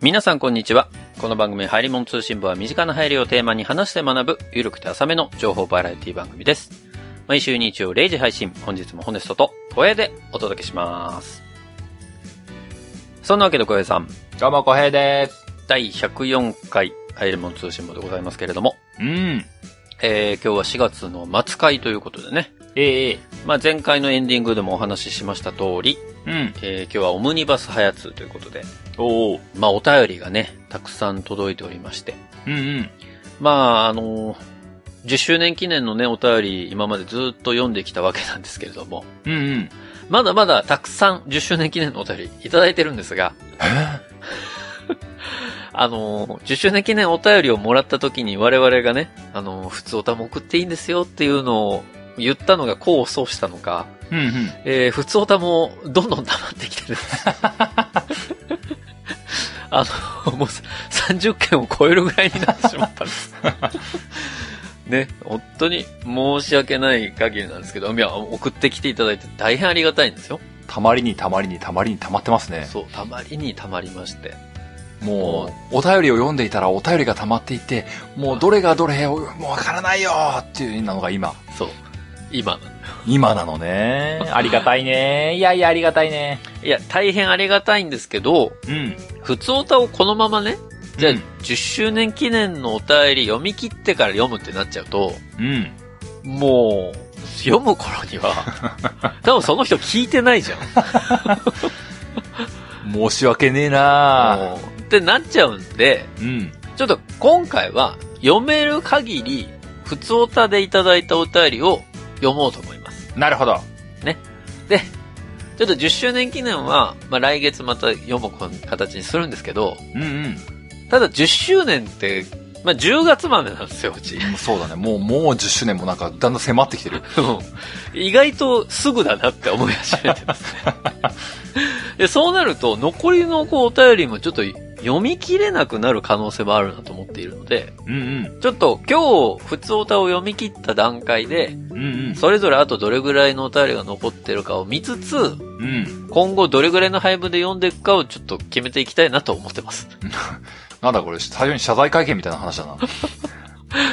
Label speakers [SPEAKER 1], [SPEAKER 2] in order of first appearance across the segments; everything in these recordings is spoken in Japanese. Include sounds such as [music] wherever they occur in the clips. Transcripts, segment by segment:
[SPEAKER 1] 皆さんこんにちは。この番組、入り物通信部は身近な入りをテーマに話して学ぶ、ゆるくて浅めの情報バラエティ番組です。毎週日曜0時配信、本日もホネストと小江でお届けします。そんなわけで小江さん、
[SPEAKER 2] どうも、こへいです。
[SPEAKER 1] 第104回入り物通信部でございますけれども、
[SPEAKER 2] うん。
[SPEAKER 1] えー、今日は4月の末回ということでね、
[SPEAKER 2] ええ
[SPEAKER 1] まあ、前回のエンディングでもお話ししました通り、
[SPEAKER 2] うん。
[SPEAKER 1] えー、今日はオムニバス早通ということで、
[SPEAKER 2] おお。
[SPEAKER 1] まあ、お便りがね、たくさん届いておりまして、
[SPEAKER 2] うんうん。
[SPEAKER 1] まあ、あのー、10周年記念のね、お便り、今までずっと読んできたわけなんですけれども、
[SPEAKER 2] うんうん。
[SPEAKER 1] まだまだたくさん10周年記念のお便りいただいてるんですが、 [laughs] あのー、10周年記念お便りをもらった時に我々がね、あのー、普通おたも送っていいんですよっていうのを言ったのが功を奏したのか、
[SPEAKER 2] うんうん。
[SPEAKER 1] えー、普通おたもどんどん溜まってきてるん [laughs] です。あの、もうさ30件を超えるぐらいになってしまったんです。ね、本当に申し訳ない限りなんですけど、いや、送ってきていただいて大変ありがたいんですよ。
[SPEAKER 2] たまりにたまりにたまりにたまってますね。
[SPEAKER 1] そう、たまりにたまりまして。
[SPEAKER 2] もう、お便りを読んでいたらお便りがたまっていて、もうどれがどれを、もうわからないよーっていうのが今。
[SPEAKER 1] そう、今。
[SPEAKER 2] 今なのね。 [laughs] ありがたいね。いやいや、ありがたいね。
[SPEAKER 1] いや、大変ありがたいんですけど、
[SPEAKER 2] うん。
[SPEAKER 1] 普通歌をこのままね、じゃあ、
[SPEAKER 2] うん
[SPEAKER 1] 10周年記念のお便り読み切ってから読むってなっちゃうと、
[SPEAKER 2] うん。
[SPEAKER 1] もう、読む頃には、多分その人聞いてないじゃん。
[SPEAKER 2] 申し訳ねえな
[SPEAKER 1] もうってなっちゃうんで、
[SPEAKER 2] うん。
[SPEAKER 1] ちょっと今回は読める限り、普通おたでいただいたお便りを読もうと思います。
[SPEAKER 2] なるほど。
[SPEAKER 1] で、ちょっと10周年記念は、まあ、来月また読む形にするんですけど、
[SPEAKER 2] うんうん。
[SPEAKER 1] ただ10周年って、まあ、10月までなんですよ、うち。
[SPEAKER 2] そうだね。もう、もう10周年もなんか、だんだん迫ってきてる。
[SPEAKER 1] うん意外とすぐだなって思い始めてますね。でそうなると、残りのこうお便りもちょっと読み切れなくなる可能性もあるなと思っているので、
[SPEAKER 2] うん
[SPEAKER 1] ちょっと今日、普通お便を読み切った段階で、
[SPEAKER 2] うん。うん
[SPEAKER 1] それぞれあとどれぐらいのお便りが残ってるかを見つつ、
[SPEAKER 2] うん。うん。
[SPEAKER 1] 今後どれぐらいの配分で読んでいくかをちょっと決めていきたいなと思ってます。 [laughs]
[SPEAKER 2] なんだこれ、最初に謝罪会見みたいな話だな。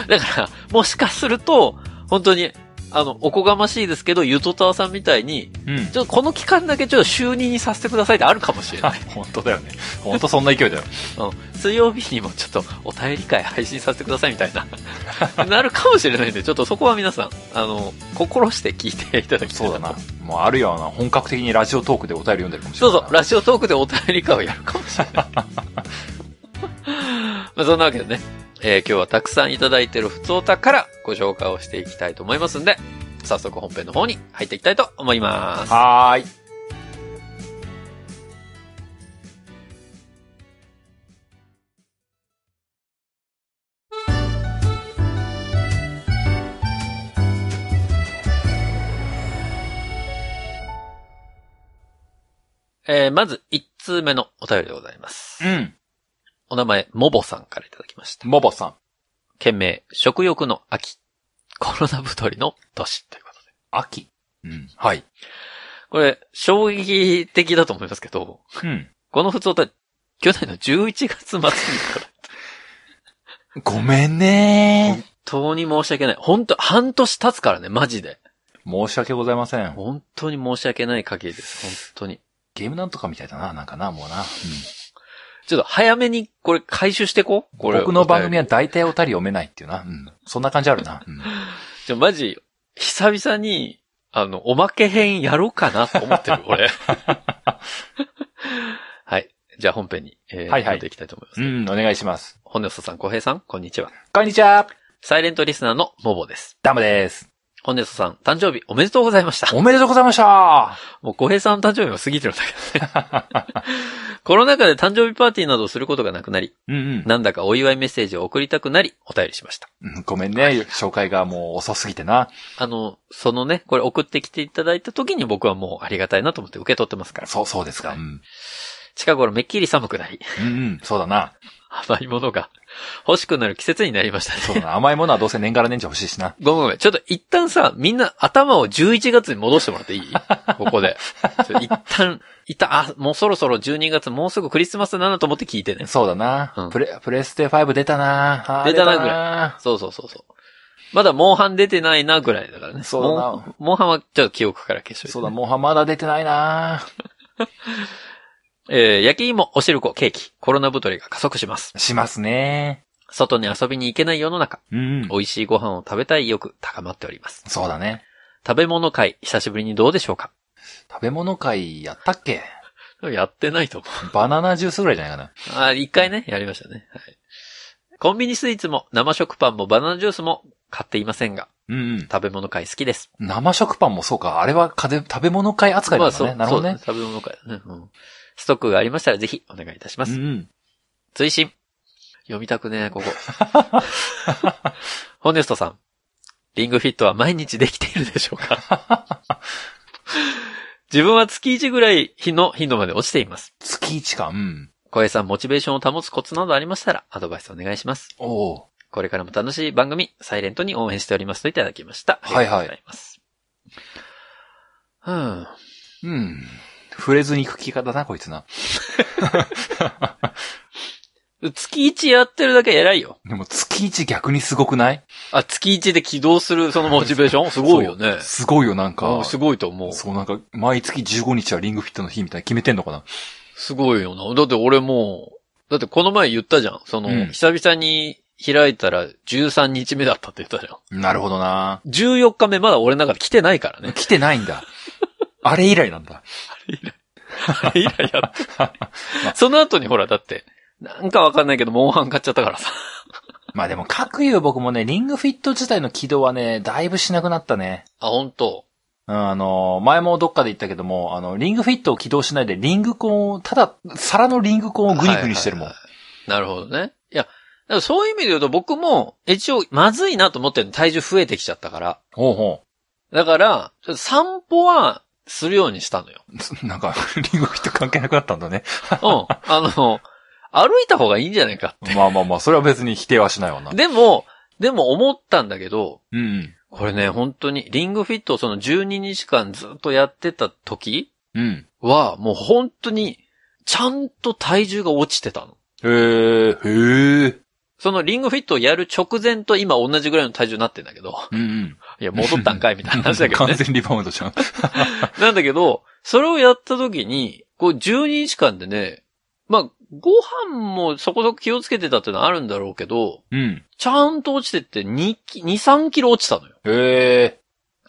[SPEAKER 1] だから、もしかすると、本当に、あの、おこがましいですけど、ゆとたわさんみたいに、
[SPEAKER 2] うん
[SPEAKER 1] ちょっとこの期間だけちょっと週2にさせてくださいってあるかもしれない。
[SPEAKER 2] [laughs] 本当だよね。本当そんな勢いだよ。 [laughs]
[SPEAKER 1] うん。水曜日にもちょっとお便り会配信させてくださいみたいな、 [laughs] なるかもしれないんで、ちょっとそこは皆さん、あの、心して聞いていただきた
[SPEAKER 2] そ
[SPEAKER 1] いう
[SPEAKER 2] だ
[SPEAKER 1] なと
[SPEAKER 2] な。もうあるような、本格的にラジオトークでお便り読んでるかもしれ
[SPEAKER 1] そう
[SPEAKER 2] ない。
[SPEAKER 1] そう、ラジオトークでお便り会をやるかもしれ
[SPEAKER 2] [laughs]
[SPEAKER 1] ない。まあそんなわけでね、えー今日はたくさんいただいてる普通歌からご紹介をしていきたいと思いますんで、早速本編の方に入っていきたいと思います。
[SPEAKER 2] はーい。
[SPEAKER 1] えーまず1通目のお便りでございます。
[SPEAKER 2] うん。
[SPEAKER 1] お名前、モボさんからいただきました。
[SPEAKER 2] モボさん。
[SPEAKER 1] 件名、食欲の秋。コロナ太りの年ということで。
[SPEAKER 2] 秋。うん。はい。
[SPEAKER 1] これ、衝撃的だと思いますけど、
[SPEAKER 2] うん。
[SPEAKER 1] この普通歌、去年の11月末にから
[SPEAKER 2] ごめんね
[SPEAKER 1] 本当に申し訳ない。本当、半年経つからね、マジで。
[SPEAKER 2] 申し訳ございません。
[SPEAKER 1] 本当に申し訳ない限りです。本当に。
[SPEAKER 2] ゲームなんとかみたいだな、なんかな、もうな。
[SPEAKER 1] ちょっと早めにこれ回収してこうこれ。
[SPEAKER 2] 僕の番組
[SPEAKER 1] は。
[SPEAKER 2] は大体お便り読めないっていうな。うん。そんな感じあるな。うん。
[SPEAKER 1] じゃ、マジ、久々に、あの、おまけ編やろうかなと思ってる、
[SPEAKER 2] [laughs]
[SPEAKER 1] 俺。はい。じゃあ本編に、えー、
[SPEAKER 2] はいはい
[SPEAKER 1] やっていきたいと思います。
[SPEAKER 2] [laughs] うん、お願いします。
[SPEAKER 1] 本ささん、小平さん、こんにちは。
[SPEAKER 2] こんにちは。
[SPEAKER 1] サイレントリスナーのモボです。
[SPEAKER 2] ダムです。
[SPEAKER 1] 本ささん、誕生日おめでとうございました。
[SPEAKER 2] おめでとうございました。
[SPEAKER 1] もう小平さんの誕生日も過ぎてるんだけどね。 [laughs] コロナ禍で誕生日パーティーなどをすることがなくなり、
[SPEAKER 2] うんうん
[SPEAKER 1] なんだかお祝いメッセージを送りたくなり、お便りしました。
[SPEAKER 2] うん。ごめんね。紹介がもう遅すぎてな。
[SPEAKER 1] あの、そのね、これ送ってきていただいた時に僕はもうありがたいなと思って受け取ってますから。
[SPEAKER 2] そう、そうですか。うん。
[SPEAKER 1] 近頃めっきり寒くなり、
[SPEAKER 2] うんうん。そうだな。
[SPEAKER 1] [laughs] 甘いものが欲しくなる季節になりましたね。
[SPEAKER 2] そうだな。甘いものはどうせ年がら年中欲しいしな。
[SPEAKER 1] ごめんごめん。ちょっと一旦さ、みんな頭を11月に戻してもらってい
[SPEAKER 2] [laughs]
[SPEAKER 1] いここで。ちょっと一旦、一旦、あ、もうそろそろ12月、もうすぐクリスマスだなと思って聞いてね。
[SPEAKER 2] そうだな。
[SPEAKER 1] うん
[SPEAKER 2] プレ、プレステ5出たなあー
[SPEAKER 1] 出たなぐらい
[SPEAKER 2] ら
[SPEAKER 1] そうそうそうそう。まだモンハン出てないなぐらいだからね。
[SPEAKER 2] そうだな
[SPEAKER 1] モン。モンハンはちょっと記憶から消しといて、
[SPEAKER 2] そうだ、モンハンまだ出てないな
[SPEAKER 1] えー焼き芋、お汁粉、ケーキ、コロナ太りが加速します。
[SPEAKER 2] しますね。
[SPEAKER 1] 外に遊びに行けない世の中、
[SPEAKER 2] うん。
[SPEAKER 1] 美味しいご飯を食べたい意欲高まっております。
[SPEAKER 2] そうだね。
[SPEAKER 1] 食べ物会、久しぶりにどうでしょうか
[SPEAKER 2] 食べ物会やったっけ
[SPEAKER 1] やってないと思う。
[SPEAKER 2] バナナジュースぐらいじゃないか
[SPEAKER 1] あ
[SPEAKER 2] な。
[SPEAKER 1] ー、一回ね、やりましたね。はい。コンビニスイーツも生食パンもバナナジュースも買っていませんが、
[SPEAKER 2] うんうん。
[SPEAKER 1] 食べ物会好きです。
[SPEAKER 2] 生食パンもそうか。あれは風食べ物会扱いなんだね。なるほどね。
[SPEAKER 1] そう食べ物会、ねうん。ストックがありましたらぜひお願いいたしま
[SPEAKER 2] う
[SPEAKER 1] す。
[SPEAKER 2] んうん。
[SPEAKER 1] 追伸。読みたくねえ、ここ。
[SPEAKER 2] [laughs]
[SPEAKER 1] ホネストさん。リングフィットは毎日できているでしょうか
[SPEAKER 2] [laughs]
[SPEAKER 1] 自分は月1ぐらい日の頻度まで落ちています。
[SPEAKER 2] 月一か。うん。
[SPEAKER 1] 小江さん、モチベーションを保つコツなどありましたら、アドバイスお願いします。
[SPEAKER 2] おう
[SPEAKER 1] これからも楽しい番組、サイレントに応援しておりますといただきました。
[SPEAKER 2] は
[SPEAKER 1] あ
[SPEAKER 2] いはい
[SPEAKER 1] りがとうございます。うん。
[SPEAKER 2] うん。触れずに行く聞き方だな、こいつな。
[SPEAKER 1] 月1やってるだけ偉いよ。
[SPEAKER 2] でも月一逆にすごくない
[SPEAKER 1] あ、月1で起動す [laughs] るそのモチベーションすごいよ
[SPEAKER 2] そ
[SPEAKER 1] ね
[SPEAKER 2] う。すごいよ、なん
[SPEAKER 1] う
[SPEAKER 2] か
[SPEAKER 1] ん。すごいと思う。
[SPEAKER 2] そう、なんか、毎月15日はリングフィットの日みたいに決めてんのかな
[SPEAKER 1] すごいよな。だって俺もう、だってこの前言ったじゃん。その、
[SPEAKER 2] うん
[SPEAKER 1] 久々に開いたら13日目だったって言ったじゃん。
[SPEAKER 2] なるほどな
[SPEAKER 1] 14日目まだ俺の中で来てないから [laughs] ね。
[SPEAKER 2] 来てないんだ。 [laughs] あれ以来なんだ。
[SPEAKER 1] あれ以来やってない。 [laughs] その後にほら、だって、なんかわかんないけど、モンハン買っちゃったからさ。
[SPEAKER 2] まあでも、各有僕もね、リングフィット自体の起動はね、だいぶしなくなったね。
[SPEAKER 1] あ、本当
[SPEAKER 2] うんあの、前もどっかで言ったけども、あの、リングフィットを起動しないで、リングコンを、ただ、皿のリングコンをグニグニしてるもん。
[SPEAKER 1] はいはいはいなるほどね。いや、でもそういう意味で言うと僕も、一応、まずいなと思ってるの体重増えてきちゃったから。
[SPEAKER 2] ほうほ
[SPEAKER 1] だから、ちょっと散歩は、するようにしたの
[SPEAKER 2] [laughs]
[SPEAKER 1] よ。
[SPEAKER 2] う。なんか、リングフィット関係なくなったんだね。
[SPEAKER 1] うん。あの、歩いた方がいいんじゃないか
[SPEAKER 2] まあまあまあ、それは別に否定はしないわな。
[SPEAKER 1] でも、でも思ったんだけど、
[SPEAKER 2] うんうん。
[SPEAKER 1] これね、本当に、リングフィットをその12日間ずっとやってた時
[SPEAKER 2] うん。
[SPEAKER 1] は、もう本当に、ちゃんと体重が落ちてたの。
[SPEAKER 2] へえ、へえ。
[SPEAKER 1] そのリングフィットをやる直前と今同じぐらいの体重になってんだけど、
[SPEAKER 2] うんうん。
[SPEAKER 1] いや、戻ったんかいみたいな話だけど
[SPEAKER 2] 完 [laughs]
[SPEAKER 1] ね。
[SPEAKER 2] 全リバウンドじゃん。
[SPEAKER 1] なんだけど、それをやった時に、こう12日間でね、まあ、ご飯もそこそこ気をつけてたっていうのはあるんだろうけど、
[SPEAKER 2] うん。
[SPEAKER 1] ちゃんと落ちてって2、2、3キロ落ちたのよ。
[SPEAKER 2] へえ。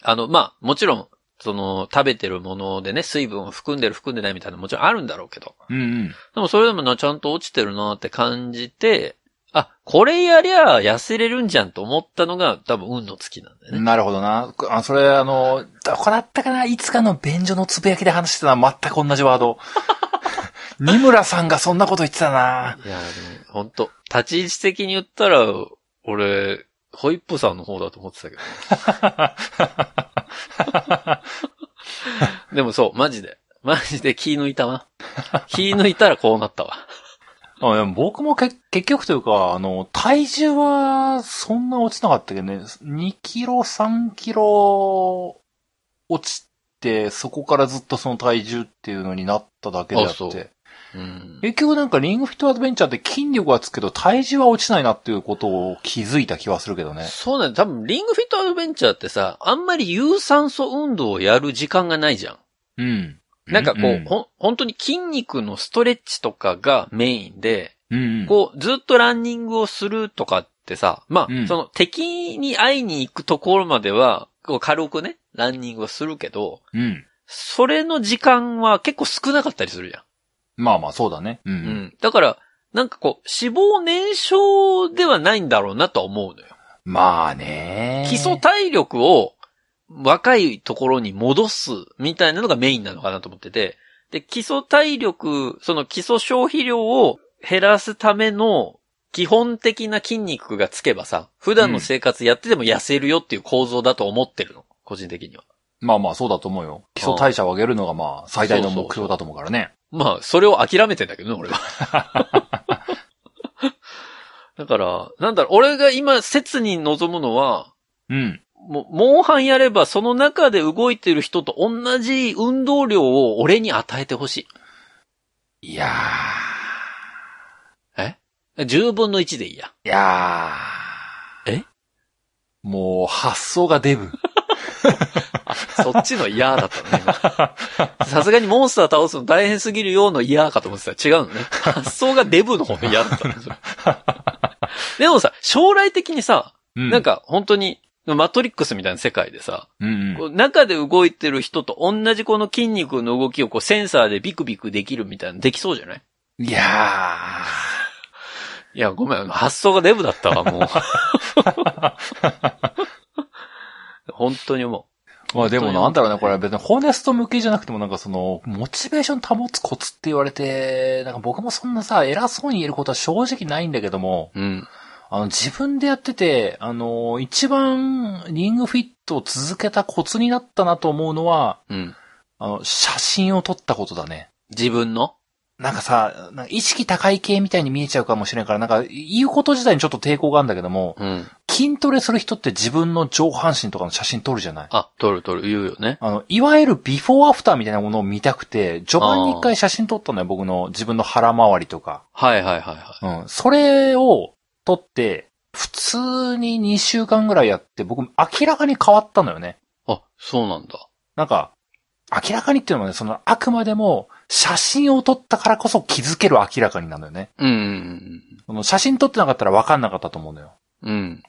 [SPEAKER 1] あの、まあ、もちろん、その、食べてるものでね、水分を含んでる含んでないみたいなのもちろんあるんだろうけど。
[SPEAKER 2] うんうん。
[SPEAKER 1] でもそれでもな、ちゃんと落ちてるなって感じて、あ、これやりゃ痩せれるんじゃんと思ったのが多分運の月なんだよね。
[SPEAKER 2] なるほどな。あそれ、あの、どこだったかないつかの便所のつぶやきで話してたな。全く同じワー [laughs] ド。二村さんがそんなこと言ってたな。
[SPEAKER 1] いや、でも、ほんと、立ち位置的に言ったら、俺、ホイップさんの方だと思ってたけど。でもそう、マジで。マジで気抜いたわ。気抜いたらこうなったわ。
[SPEAKER 2] あでも僕もけ結局というか、あの、体重はそんな落ちなかったけどね、2キロ、3キロ落ちて、そこからずっとその体重っていうのになっただけであ
[SPEAKER 1] あそ
[SPEAKER 2] っ
[SPEAKER 1] う
[SPEAKER 2] て。
[SPEAKER 1] うん。
[SPEAKER 2] 結局なんかリングフィットアドベンチャーって筋力はつくけど体重は落ちないなっていうことを気づいた気はするけどね。
[SPEAKER 1] そうなんだ。多分、リングフィットアドベンチャーってさ、あんまり有酸素運動をやる時間がないじゃん。
[SPEAKER 2] うん。
[SPEAKER 1] なんかこう、
[SPEAKER 2] うん
[SPEAKER 1] ほん、本当に筋肉のストレッチとかがメインで、
[SPEAKER 2] うんうん。
[SPEAKER 1] こう、ずっとランニングをするとかってさ、まあ、
[SPEAKER 2] うん
[SPEAKER 1] その敵に会いに行くところまでは、こう軽くね、ランニングをするけど、
[SPEAKER 2] うん。
[SPEAKER 1] それの時間は結構少なかったりするじゃん。
[SPEAKER 2] まあまあ、そうだね。う。
[SPEAKER 1] うんん。だから、なんかこう、脂肪燃焼ではないんだろうなとは思うのよ。
[SPEAKER 2] まあね。
[SPEAKER 1] 基礎体力を若いところに戻すみたいなのがメインなのかなと思ってて、で、基礎体力、その基礎消費量を減らすための基本的な筋肉がつけばさ、普段の生活やってても痩せるよっていう構造だと思ってるの。個人的には。
[SPEAKER 2] まあまあ、そうだと思うよ。基礎代謝を上げるのがまあ、最大の目標だと思うからね。
[SPEAKER 1] まあ、それを諦めてんだけどね、俺は。だから、なんだろう、俺が今、説に望むのは、
[SPEAKER 2] うん。
[SPEAKER 1] もう、モンハンやれば、その中で動いてる人と同じ運動量を俺に与えてほし
[SPEAKER 2] いや
[SPEAKER 1] い。10分の1でいいや。
[SPEAKER 2] ー。いやー。
[SPEAKER 1] え
[SPEAKER 2] もう、発想がデブ。
[SPEAKER 1] そっちの嫌だったね、
[SPEAKER 2] [laughs]
[SPEAKER 1] 今さすがにモンスター倒すの大変すぎるようの嫌かと思ってた。違うのね。発想がデブの方の嫌だったねそれ
[SPEAKER 2] [laughs]
[SPEAKER 1] でもさ、将来的にさ、
[SPEAKER 2] うん
[SPEAKER 1] なん、か本当に、マトリックスみたいな世界でさ、
[SPEAKER 2] うん
[SPEAKER 1] こう中で動いてる人と同じこの筋肉の動きをこうセンサーでビクビクできるみたいなのできそうじゃない
[SPEAKER 2] うん。いや
[SPEAKER 1] いや、ごめん。発想がデブだったわ、 [laughs] もう。本当に思
[SPEAKER 2] ー。まあでもなんだろうね、これは別にホネスト向けじゃなくてもなんかその、モチベーション保つコツって言われて、なんか僕もそんなさ、偉そうに言えることは正直ないんだけども、
[SPEAKER 1] う。うん。
[SPEAKER 2] あの、自分でやってて、あの、一番リングフィットを続けたコツになったなと思うのは、
[SPEAKER 1] うん。
[SPEAKER 2] あの、写真を撮ったことだね。
[SPEAKER 1] 自分の
[SPEAKER 2] なんかさ、なんか意識高い系みたいに見えちゃうかもしれんから、なんか言うこと自体にちょっと抵抗があるんだけども、
[SPEAKER 1] うん。
[SPEAKER 2] 筋トレする人って自分の上半身とかの写真撮るじゃない
[SPEAKER 1] あ、撮る撮る、言うよね。
[SPEAKER 2] あの、いわゆるビフォーアフターみたいなものを見たくて、序盤に一回写真撮ったのよ、僕の自分の腹回りとか。
[SPEAKER 1] はいはいはいは
[SPEAKER 2] うん。それを撮って、普通に2週間ぐらいやって、僕明らかに変わったのよね。
[SPEAKER 1] い。あ、そうなんだ。
[SPEAKER 2] なんか、明らかにっていうのはね、その、あくまでも、写真を撮ったからこそ気づける明らかになるのよね。
[SPEAKER 1] うんうん
[SPEAKER 2] その写真撮ってなかったら分かんなかったと思うのよ。
[SPEAKER 1] うん。うん。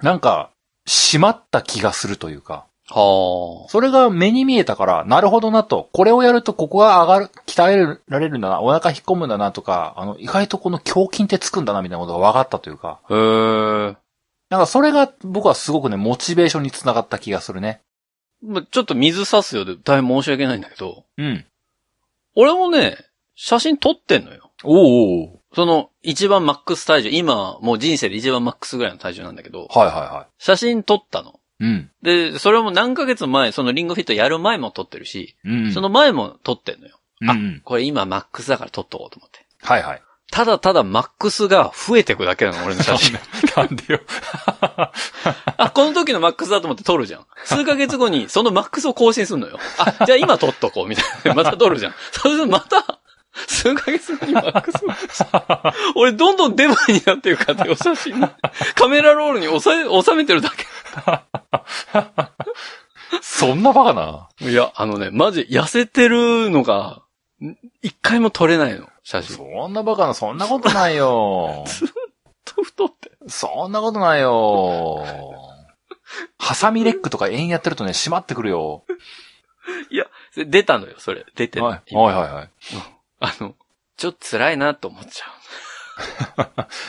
[SPEAKER 2] なんか、締まった気がするというか。
[SPEAKER 1] は
[SPEAKER 2] それが目に見えたから、なるほどなと、これをやるとここが上がる、鍛えられるんだな、お腹引っ込むんだなとか、あの、意外とこの胸筋ってつくんだな、みたいなことが分かったというか、
[SPEAKER 1] あ。へえ。
[SPEAKER 2] なんかそれが僕はすごくね、モチベーションにつながった気がするね。
[SPEAKER 1] まちょっと水差すようで大変申し訳ないんだけど、
[SPEAKER 2] うん。
[SPEAKER 1] 俺もね、写真撮ってんのよ。
[SPEAKER 2] おお
[SPEAKER 1] その、一番マックス体重、今、もう人生で一番マックスぐらいの体重なんだけど、
[SPEAKER 2] はいはいは
[SPEAKER 1] 写真撮ったの。
[SPEAKER 2] い。うん。
[SPEAKER 1] で、それも何ヶ月前、そのリングフィットやる前も撮ってるし、
[SPEAKER 2] うん。
[SPEAKER 1] その前も撮ってんのよ。
[SPEAKER 2] うん、うん。
[SPEAKER 1] これ今マックスだから撮っとこうと思って。
[SPEAKER 2] はいはい。
[SPEAKER 1] ただただマックスが増えてくだけなの、俺の写真。
[SPEAKER 2] [laughs] なんでよ。
[SPEAKER 1] あ、この時のマックスだと思って撮るじゃん。数ヶ月後にそのマックスを更新すんのよ。あ、じゃあ今撮っとこう、みたいな。また撮るじゃん。それでまた、数ヶ月後にマックスを更新して。
[SPEAKER 2] [laughs]
[SPEAKER 1] 俺どんどんデブになってるからってお写真、カメラロールに収め収めてるだ
[SPEAKER 2] [laughs] そんなバカな。
[SPEAKER 1] け。いや、あのね、マジ痩せてるのが、ん一回も撮れないの、写真。
[SPEAKER 2] そんなバカな、そんなことない [laughs] よ。
[SPEAKER 1] と太って。
[SPEAKER 2] そんなことないよ。ハサミレックとか延々やってるとね、締まってくるよ。
[SPEAKER 1] で出たのよ、それ。出てる。
[SPEAKER 2] はい。はいはいはい。
[SPEAKER 1] あの、ちょっと辛いなと思っちゃ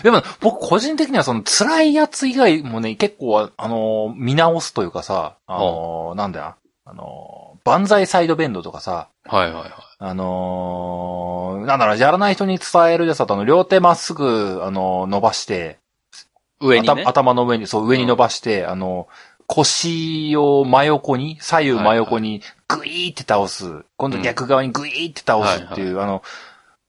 [SPEAKER 2] でも、僕個人的にはその辛いやつ以外もね、結構、あのー、見直すというかさ、あのー、なんだよあのー、万歳サイドベンドとかさ、
[SPEAKER 1] う。はいはいはい。
[SPEAKER 2] あのー、なんだろう、やらない人に伝えるやつだと、あの、両手まっすぐ、あのー、伸ばして、
[SPEAKER 1] 上にね。
[SPEAKER 2] 頭頭の上に、そう、上に伸ばして、あの、腰を真横に、左右真横に、グイーって倒す。今度逆側にグイーって倒すっていう、あの、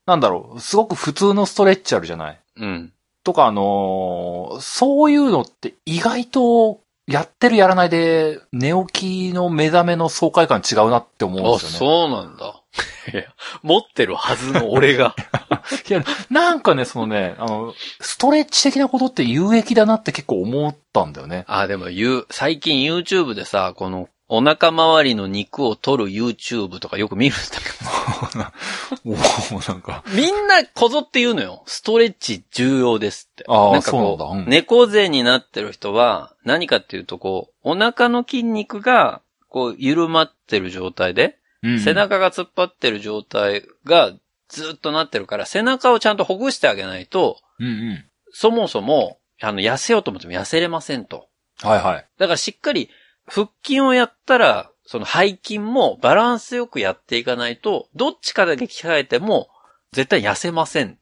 [SPEAKER 2] なんだろう、すごく普通のストレッチあるじゃない
[SPEAKER 1] うん。
[SPEAKER 2] とか、あのーそういうのって意外と、やってるやらないで、寝起きの目覚めの爽快感違うなって思うん
[SPEAKER 1] あ、
[SPEAKER 2] ですよね。
[SPEAKER 1] そうなんだ。 [laughs] いや、持ってるはずの俺が。 [laughs]
[SPEAKER 2] いや、なんかね、そのね、あの、ストレッチ的なことって有益だなって結構思ったんだ
[SPEAKER 1] [laughs]
[SPEAKER 2] よね。
[SPEAKER 1] あ、でも言う、最近 YouTube でさ、この、お腹周りの肉を取る YouTube とかよく見るんだ [laughs] け
[SPEAKER 2] もう、なんか、
[SPEAKER 1] ど、みんなこぞって言うのよ。ストレッチ重要ですって。
[SPEAKER 2] ああ
[SPEAKER 1] なんかこ
[SPEAKER 2] そうなんだうん
[SPEAKER 1] 猫背になってる人は、何かっていうとこう、お腹の筋肉が、こう、緩まってる状態で、
[SPEAKER 2] うん
[SPEAKER 1] 背中が突っ張ってる状態がずっとなってるから、背中をちゃんとほぐしてあげないと、
[SPEAKER 2] うんうん。
[SPEAKER 1] そもそも、あの、痩せようと思っても痩せれませんと。
[SPEAKER 2] はいはい。
[SPEAKER 1] だからしっかり、腹筋をやったら、その背筋もバランスよくやっていかないと、どっちかだけ鍛えても、絶対痩せません。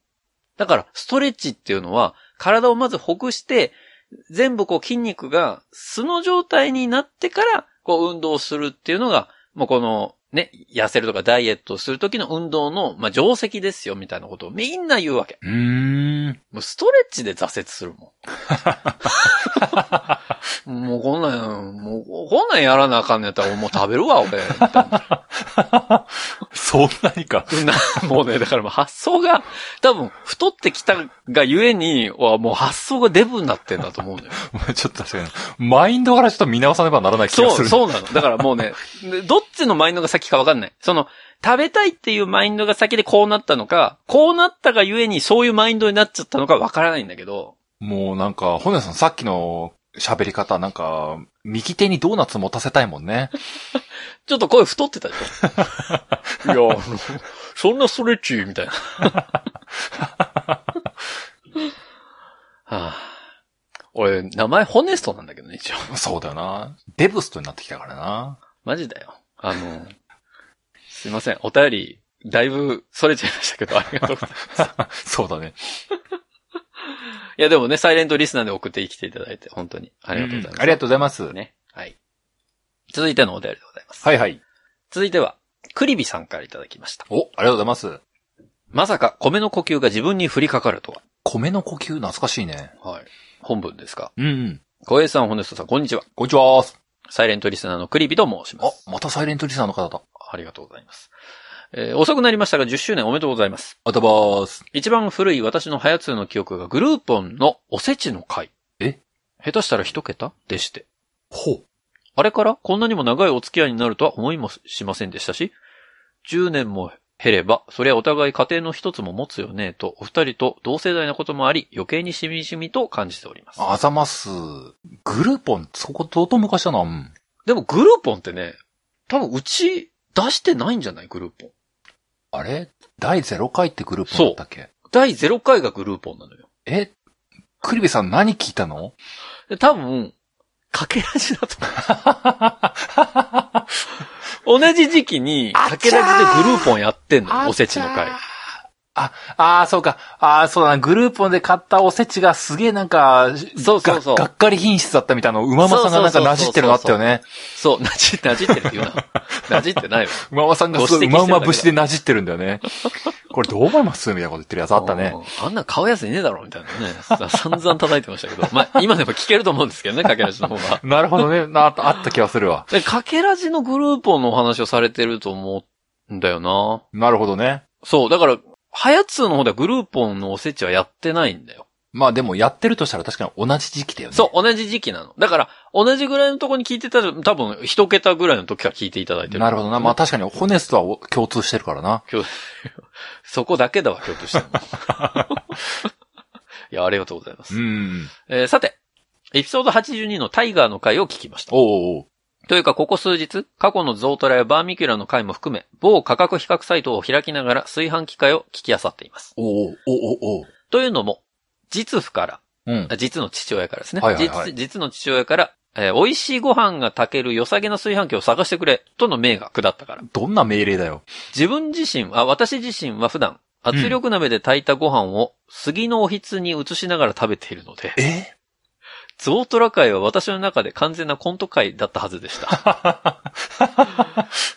[SPEAKER 1] だから、ストレッチっていうのは、体をまずほぐして、全部こう筋肉が素の状態になってから、こう運動するっていうのが、もうこのね、痩せるとかダイエットするときの運動の、まあ、定石ですよ、みたいなことをみんな言うわけ。
[SPEAKER 2] うーん。
[SPEAKER 1] もうストレッチで挫折するもん。もうこんなん、もうこんなんやらなあかんのやったらもう食べるわ、俺。みたいな
[SPEAKER 2] そんなにか。 [laughs]
[SPEAKER 1] な、もうね、だからもう発想が、多分、太ってきたがゆえに、はもう発想がデブになってんだと思うんだよ。
[SPEAKER 2] ちょっと確かに。マインドからちょっと見直さねばならない [laughs] 気
[SPEAKER 1] そ
[SPEAKER 2] がす
[SPEAKER 1] う、
[SPEAKER 2] る。
[SPEAKER 1] そうなの。だからもうね、でどっちのマインドが先かわかんない。その、食べたいっていうマインドが先でこうなったのか、こうなったがゆえにそういうマインドになっちゃったのかわからないんだけど、
[SPEAKER 2] もうなんか、本屋さんさっきの喋り方、なんか、右手にドーナツ持たせたいもんね。
[SPEAKER 1] ちょっと声太ってたでし
[SPEAKER 2] [laughs]
[SPEAKER 1] ょいや、あの、そんなストレッチみたいな。はあ、俺、名前ホネストなんだけどね、一応。
[SPEAKER 2] そうだよな。デブストになってきたからな。
[SPEAKER 1] マジだよ。あの、すいません。お便り、だいぶ、それちゃいましたけど、あ
[SPEAKER 2] [laughs]
[SPEAKER 1] りがとうございます。
[SPEAKER 2] そうだね。
[SPEAKER 1] いや、でもね、サイレントリスナーで送ってきていただいて、本当に。ありがとうございます。
[SPEAKER 2] んありがとうございます。
[SPEAKER 1] ね。はい。続いてのお便りでございます。
[SPEAKER 2] はいはい。
[SPEAKER 1] 続いては、クリビさんからいただきました。
[SPEAKER 2] お、ありがとうございます。
[SPEAKER 1] まさか、米の呼吸が自分に降りかかると
[SPEAKER 2] 米の呼吸懐かしいね。
[SPEAKER 1] は。はい。本文ですか。
[SPEAKER 2] うんうん。
[SPEAKER 1] 小平さん、ホネストさん、こんにちは。
[SPEAKER 2] こんにちは
[SPEAKER 1] サイレントリスナーのクリビと申しま
[SPEAKER 2] あ
[SPEAKER 1] す。、
[SPEAKER 2] またサイレントリスナーの方だ。
[SPEAKER 1] ありがとうございます。えー遅くなりましたが、10周年おめでとうございます。
[SPEAKER 2] あたばーす。
[SPEAKER 1] 一番古い私のハヤツーの記憶がグルーポンのおせちの回。
[SPEAKER 2] え
[SPEAKER 1] 下手したら一桁でして。
[SPEAKER 2] ほう。
[SPEAKER 1] あれからこんなにも長いお付き合いになるとは思いもしませんでしたし、10年も減れば、そりゃお互い家庭の一つも持つよね、とお二人と同世代なこともあり、余計にしみじみと感じております。
[SPEAKER 2] あざます。グルーポン、そこ相当昔だな。うん。
[SPEAKER 1] でもグルーポンってね、多分うち出してないんじゃないグルーポン。
[SPEAKER 2] あれ第0回ってグルーポンだったっけ
[SPEAKER 1] 第0回がグルーポンなのよ。
[SPEAKER 2] えクリビさん何聞いたの
[SPEAKER 1] で多分、かけらじだと思う
[SPEAKER 2] [laughs]
[SPEAKER 1] 同じ時期に、
[SPEAKER 2] あ
[SPEAKER 1] か
[SPEAKER 2] ち
[SPEAKER 1] け
[SPEAKER 2] ゃー
[SPEAKER 1] らじでグルーポンやってんのよ、おせちの会。
[SPEAKER 2] あ、ああ、そうか。ああ、そうだな。グルーポンで買ったおせちがすげえなんか、
[SPEAKER 1] そうそうそう
[SPEAKER 2] ががっかり品質だったみたいなのうままさんがなんかなじってるなったよね。
[SPEAKER 1] そう、なじ、なじってるって言う
[SPEAKER 2] [laughs]
[SPEAKER 1] な。なじってないわ。
[SPEAKER 2] うままさんがすごいうまうま節でなじってるんだ
[SPEAKER 1] [laughs]
[SPEAKER 2] よね。これどう思いますみたいなこと言ってるやつあったね。
[SPEAKER 1] うん。あんな買うやついねえだろ、みたいなね。さ散々叩いてましたけど。まあ、今でも聞けると思うんですけどね、かけらじの方が。
[SPEAKER 2] なるほどね。なああった気がするわ。
[SPEAKER 1] でかけらじのグルーポンのお話をされてると思うんだよな。
[SPEAKER 2] なるほどね。
[SPEAKER 1] そう、だから、はやつーの方ではグルーポンのおせちはやってないんだよ。
[SPEAKER 2] まあでもやってるとしたら確かに同じ時期だよね。
[SPEAKER 1] そう、同じ時期なの。だから、同じぐらいのとこに聞いてたら、多分、一桁ぐらいの時から聞いていただいてる。
[SPEAKER 2] なるほどな。まあ確かにホネスとは共通してるからな。
[SPEAKER 1] そこだけだわ、今日と
[SPEAKER 2] [laughs]
[SPEAKER 1] しても。いや、ありがとうございま
[SPEAKER 2] う
[SPEAKER 1] す。
[SPEAKER 2] ん。
[SPEAKER 1] えーさて、エピソード82のタイガーの回を聞きました。
[SPEAKER 2] おうおう
[SPEAKER 1] というか、ここ数日、過去のゾウトラやバーミキュラの回も含め、某価格比較サイトを開きながら炊飯器会を聞き漁っています。
[SPEAKER 2] おうおうおうおうおう
[SPEAKER 1] というのも、実父から、
[SPEAKER 2] うん。
[SPEAKER 1] あ実の父親からですね。
[SPEAKER 2] はいはいはい
[SPEAKER 1] 実実の父親から、えー美味しいご飯が炊ける良さげな炊飯器を探してくれ、との命が下ったから。
[SPEAKER 2] どんな命令だよ。
[SPEAKER 1] 自分自身、あ、私自身は普段、圧力鍋で炊いたご飯を杉のおひつに移しながら食べているので、
[SPEAKER 2] え
[SPEAKER 1] ゾウトラ会は私の中で完全なコント会だったはずでした。
[SPEAKER 2] [laughs]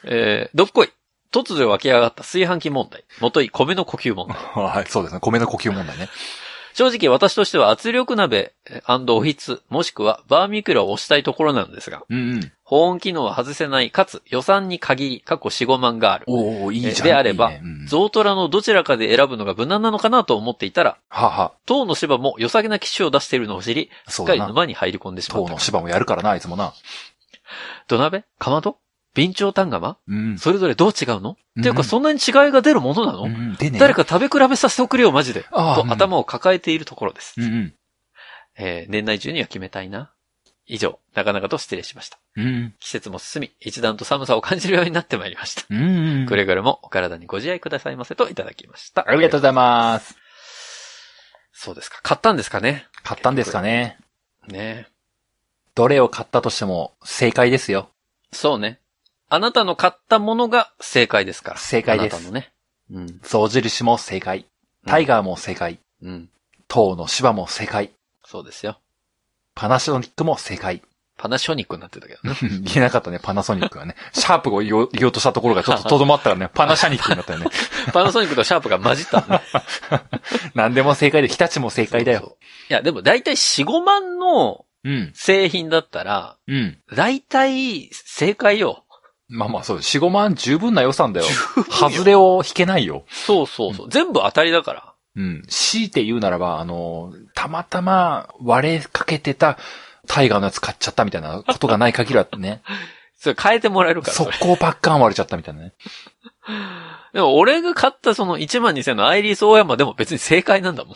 [SPEAKER 1] えー、どっこい。突如湧き上がった炊飯器問題。もとい米の呼吸問題。
[SPEAKER 2] はい、そうですね。米の呼吸問題ね。
[SPEAKER 1] 正直私としては圧力鍋えーおひつ、もしくはバーミキュラを押したいところなのですが、
[SPEAKER 2] うんうん。
[SPEAKER 1] 保温機能は外せない、かつ予算に限り、過去4、5万がある。
[SPEAKER 2] おうおういいじゃん。
[SPEAKER 1] えであれば
[SPEAKER 2] いいねうん
[SPEAKER 1] ゾウトラのどちらかで選ぶのが無難なのかなと思っていたら、
[SPEAKER 2] はは。
[SPEAKER 1] 当の芝も良さげな機種を出しているのを知り、す
[SPEAKER 2] そ
[SPEAKER 1] っ
[SPEAKER 2] う
[SPEAKER 1] か
[SPEAKER 2] だ
[SPEAKER 1] り
[SPEAKER 2] な。
[SPEAKER 1] 沼に入り込んでしまっ
[SPEAKER 2] 当
[SPEAKER 1] た
[SPEAKER 2] の。芝もやるからな、いつもな。
[SPEAKER 1] 土鍋かまど備長炭釜
[SPEAKER 2] うん。
[SPEAKER 1] それぞれどう違うの、
[SPEAKER 2] うん
[SPEAKER 1] っていうか、そんなに違いが出るものなの、
[SPEAKER 2] うんでね。
[SPEAKER 1] 誰か食べ比べさせておくれよ、マジで。
[SPEAKER 2] ああ、
[SPEAKER 1] と
[SPEAKER 2] うん
[SPEAKER 1] 頭を抱えているところです。
[SPEAKER 2] うんうん。
[SPEAKER 1] えー年内中には決めたいな。以上、なかなかと失礼しました。
[SPEAKER 2] うん
[SPEAKER 1] 季節も進み、一段と寒さを感じるようになってまいりました。
[SPEAKER 2] うん。うんうん。
[SPEAKER 1] くれぐれもお体にご自愛くださいませといただきました。
[SPEAKER 2] ありがとうございます。
[SPEAKER 1] そうですか。買ったんですかね
[SPEAKER 2] 買ったんですかね。
[SPEAKER 1] ね
[SPEAKER 2] どれを買ったとしても正解ですよ。
[SPEAKER 1] そうね。あなたの買ったものが正解ですから。
[SPEAKER 2] 正解です
[SPEAKER 1] あなたのね。うん。
[SPEAKER 2] 象印も正解。タイガーも正解。
[SPEAKER 1] うん。
[SPEAKER 2] 塔の芝も正解。
[SPEAKER 1] そうですよ。
[SPEAKER 2] [laughs] パナショニックも正解。
[SPEAKER 1] パナショニックになってたけど [laughs] ね。
[SPEAKER 2] 言えなかったね、パナソニックはね。シャープを言おう言おうとしたところがちょっととどまったらね、パナシャニックにな [laughs] ったよね。
[SPEAKER 1] パナソニックとシャープが混じった
[SPEAKER 2] [laughs]
[SPEAKER 1] ね。
[SPEAKER 2] 何でも正解で、日立も正解だ
[SPEAKER 1] そうそ
[SPEAKER 2] よ。
[SPEAKER 1] う。いや、でも大体4、5万の
[SPEAKER 2] うん。
[SPEAKER 1] 製品だったら、
[SPEAKER 2] うん。
[SPEAKER 1] 大体正解よ。
[SPEAKER 2] まあまあそう、4、5万十分な予算だよ。
[SPEAKER 1] 分よ
[SPEAKER 2] 外れを引けないよ。
[SPEAKER 1] そうそうそう。全部当たりだから。
[SPEAKER 2] うん。強いて言うならば、あの、たまたま割れかけてたタイガーのやつ買っちゃったみたいなことがない限りは
[SPEAKER 1] [laughs]
[SPEAKER 2] ね、
[SPEAKER 1] それ変えてもらえるから、そ
[SPEAKER 2] 速
[SPEAKER 1] れ。
[SPEAKER 2] 攻パッカーン割れちゃったみたいなね。
[SPEAKER 1] でも俺が買ったその12,000のアイリスオーヤマでも別に正解なんだもん。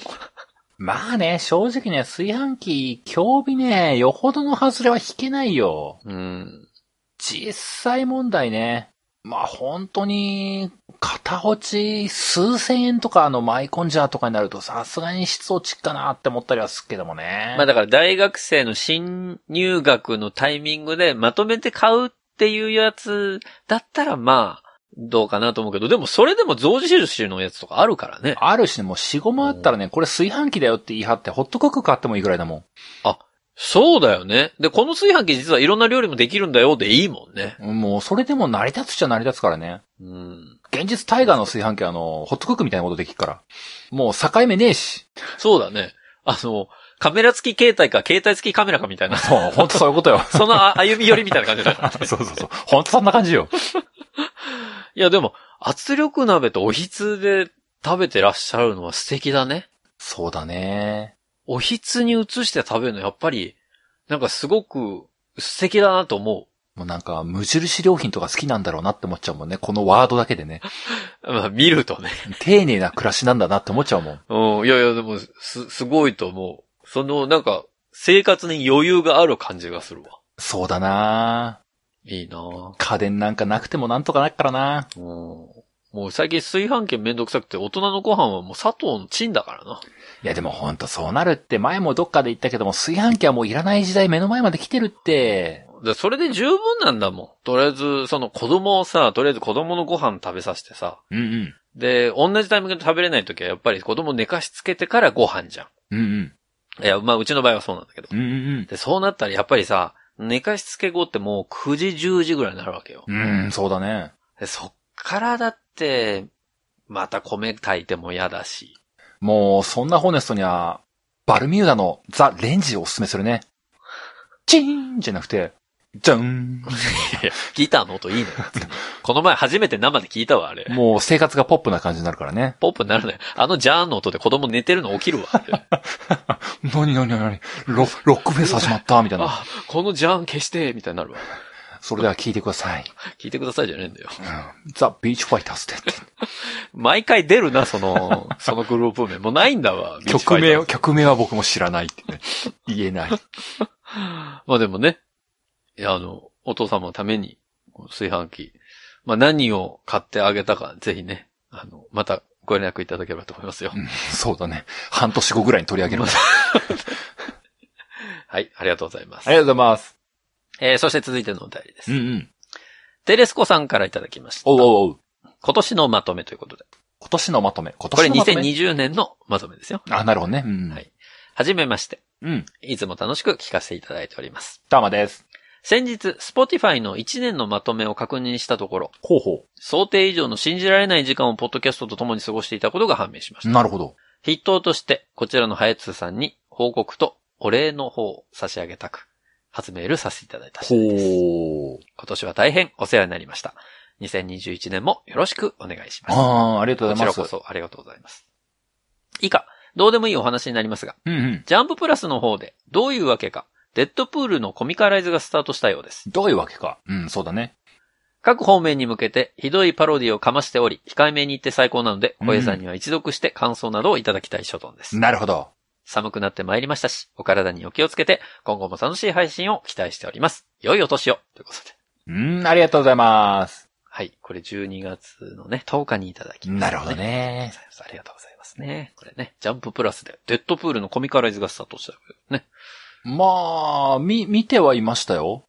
[SPEAKER 2] まあね、正直ね、炊飯器、興味ね、よほどの外れは引けないよ。
[SPEAKER 1] うん。
[SPEAKER 2] 実際問題ね。まあ本当に、片落ち数千円とかのマイコンジャーとかになるとさすがに質落ちっかなって思ったりはするけどもね。
[SPEAKER 1] まあだから大学生の新入学のタイミングでまとめて買うっていうやつだったらまあ、どうかなと思うけど、でもそれでも増字印のやつとかあるからね。
[SPEAKER 2] あるしね、もう4、5万あったらね、これ炊飯器だよって言い張って、ホットクック買ってもいいぐらいだも
[SPEAKER 1] そうだよね。で、この炊飯器実はいろんな料理もできるんだよでいいもんね。
[SPEAKER 2] ん。もうそれでも成り立つっちゃ成り立つからね。
[SPEAKER 1] うん。
[SPEAKER 2] 現実タイガーの炊飯器はあの、ホットクックみたいなことできるから。もう境目ねえし。
[SPEAKER 1] そうだね。あの、カメラ付き携帯か携帯付きカメラかみたいな。 [laughs]
[SPEAKER 2] そう、ほんとそういうことよ。
[SPEAKER 1] そのあ歩み寄りみたいな感じだ [laughs] から。
[SPEAKER 2] [laughs] そうそうそう。ほんとそんな感じよ。
[SPEAKER 1] いやでも、圧力鍋とおひつで食べてらっしゃるのは素敵だね。
[SPEAKER 2] そうだね。
[SPEAKER 1] おひつに移して食べるのやっぱり、なんかすごく素敵だなと思
[SPEAKER 2] もうなんか、無印良品とか好きなんだろうなって思っちゃうもんね。このワードだけでね。
[SPEAKER 1] う。まあ見るとね。 [laughs]
[SPEAKER 2] 丁寧な暮らしなんだなって思っちゃうもん。
[SPEAKER 1] うん。いやいやでも、す、すごいと思う。その、なんか、生活に余裕がある感じがするわ。
[SPEAKER 2] そうだない
[SPEAKER 1] いなぁ。
[SPEAKER 2] 家電なんかなくてもなんとかなっからな
[SPEAKER 1] うん。もう最近炊飯器めんどくさくて大人のご飯はもう砂糖のチンだからな。
[SPEAKER 2] いやでもほんとそうなるって前もどっかで言ったけども、炊飯器はもういらない時代目の前まで来てるって。
[SPEAKER 1] でそれで十分なんだもん。とりあえず、その子供をさ、とりあえず子供のご飯食べさせてさ、
[SPEAKER 2] うんうん。
[SPEAKER 1] で、同じタイミングで食べれない時はやっぱり子供寝かしつけてからご飯じゃ
[SPEAKER 2] うんうん。
[SPEAKER 1] ん。いや、まあうちの場合はそうなんだけど。
[SPEAKER 2] うんうん
[SPEAKER 1] で、そうなったらやっぱりさ、寝かしつけ後ってもう9時10時ぐらいになるわけよ。
[SPEAKER 2] うん。うん、そうだね。
[SPEAKER 1] で、そっからだって、また米炊いても嫌だし。
[SPEAKER 2] もう、そんなホネストには、バルミューダのザ・レンジをおすすめするね。チーンじゃなくて、じゃん。
[SPEAKER 1] いや、ギターの音いいのよ。
[SPEAKER 2] [laughs]
[SPEAKER 1] この前初めて生で聞いたわ、あれ。
[SPEAKER 2] もう生活がポップな感じになるからね。
[SPEAKER 1] ポップになるね。あのジャーンの音で子供寝てるの起き
[SPEAKER 2] [laughs]
[SPEAKER 1] るわ。あれ
[SPEAKER 2] なになになにロロックフェス始まったみたいな。
[SPEAKER 1] あ、このジャーン消して、みたいになるわ。
[SPEAKER 2] それでは聞いてください。
[SPEAKER 1] 聞いてくださいじゃねえんだよ。
[SPEAKER 2] ザ・ビーチファイターズって。
[SPEAKER 1] 毎回出るな、その、そのグループ名。もうないんだわ、ビーチフ
[SPEAKER 2] 曲
[SPEAKER 1] ァイター
[SPEAKER 2] 名
[SPEAKER 1] ズ
[SPEAKER 2] を、曲名は僕も知らないってね。言えない。
[SPEAKER 1] まあでもね、いや、あの、お父様のために、この炊飯器、まあ何を買ってあげたか、ぜひね、あの、またご連絡いただければと思いますよ。
[SPEAKER 2] うんそうだね。半年後ぐらいに取り上 [laughs] げる。あり
[SPEAKER 1] はい、ありがとうございます。
[SPEAKER 2] がとうございます。
[SPEAKER 1] えー、そして続いてのお便りです。
[SPEAKER 2] うんうん。
[SPEAKER 1] テレスコさんからいただきました。
[SPEAKER 2] おうおうおう。
[SPEAKER 1] 今年のまとめということで。
[SPEAKER 2] 今年のまとめ。今
[SPEAKER 1] これ
[SPEAKER 2] 年のまとめ。
[SPEAKER 1] 2020年のまとめですよ。
[SPEAKER 2] あ、なるほどね。うん。
[SPEAKER 1] はいはじめまして。
[SPEAKER 2] うん。
[SPEAKER 1] いつも楽しく聞かせていただいております。
[SPEAKER 2] タマです。
[SPEAKER 1] 先日、Spotify の1年のまとめを確認したところ、
[SPEAKER 2] ほうほ
[SPEAKER 1] 想定以上の信じられない時間をポッドキャストと共に過ごしていたことが判明しまし
[SPEAKER 2] う。
[SPEAKER 1] た。
[SPEAKER 2] なるほど。
[SPEAKER 1] 筆頭として、こちらのハヤツーさんに報告とお礼の方を差し上げたく、初メールさせていただいた次第です。
[SPEAKER 2] ほう。
[SPEAKER 1] 今年は大変お世話になりました。2021年もよろしくお願いします。
[SPEAKER 2] ああ、ありがと
[SPEAKER 1] こ
[SPEAKER 2] うご
[SPEAKER 1] ち
[SPEAKER 2] ざ
[SPEAKER 1] ら
[SPEAKER 2] います。
[SPEAKER 1] こそありがとうございます。以下、どうでもいいお話になりますが、
[SPEAKER 2] うんうん。
[SPEAKER 1] ジャンププラスの方で、どういうわけか、デッドプールのコミカライズがスタートしたようです。
[SPEAKER 2] どういうわけか。うん、そうだね。
[SPEAKER 1] 各方面に向けて、ひどいパロディをかましており、控えめに言って最高なので、
[SPEAKER 2] うん
[SPEAKER 1] 小江さんには一読して感想などをいただきたい所存です。
[SPEAKER 2] なるほど。
[SPEAKER 1] 寒くなってまいりましたし、お体にお気をつけて、今後も楽しい配信を期待しております。良いお年をということで。
[SPEAKER 2] うん、ありがとうございます。
[SPEAKER 1] はい。これ12月のね、10日にいただきました
[SPEAKER 2] なるほど。ね。
[SPEAKER 1] ありがとうございますね。これね、ジャンププラスで、デッドプールのコミカライズがスタートしたようですね。
[SPEAKER 2] まあ、み、見てはいましたよ。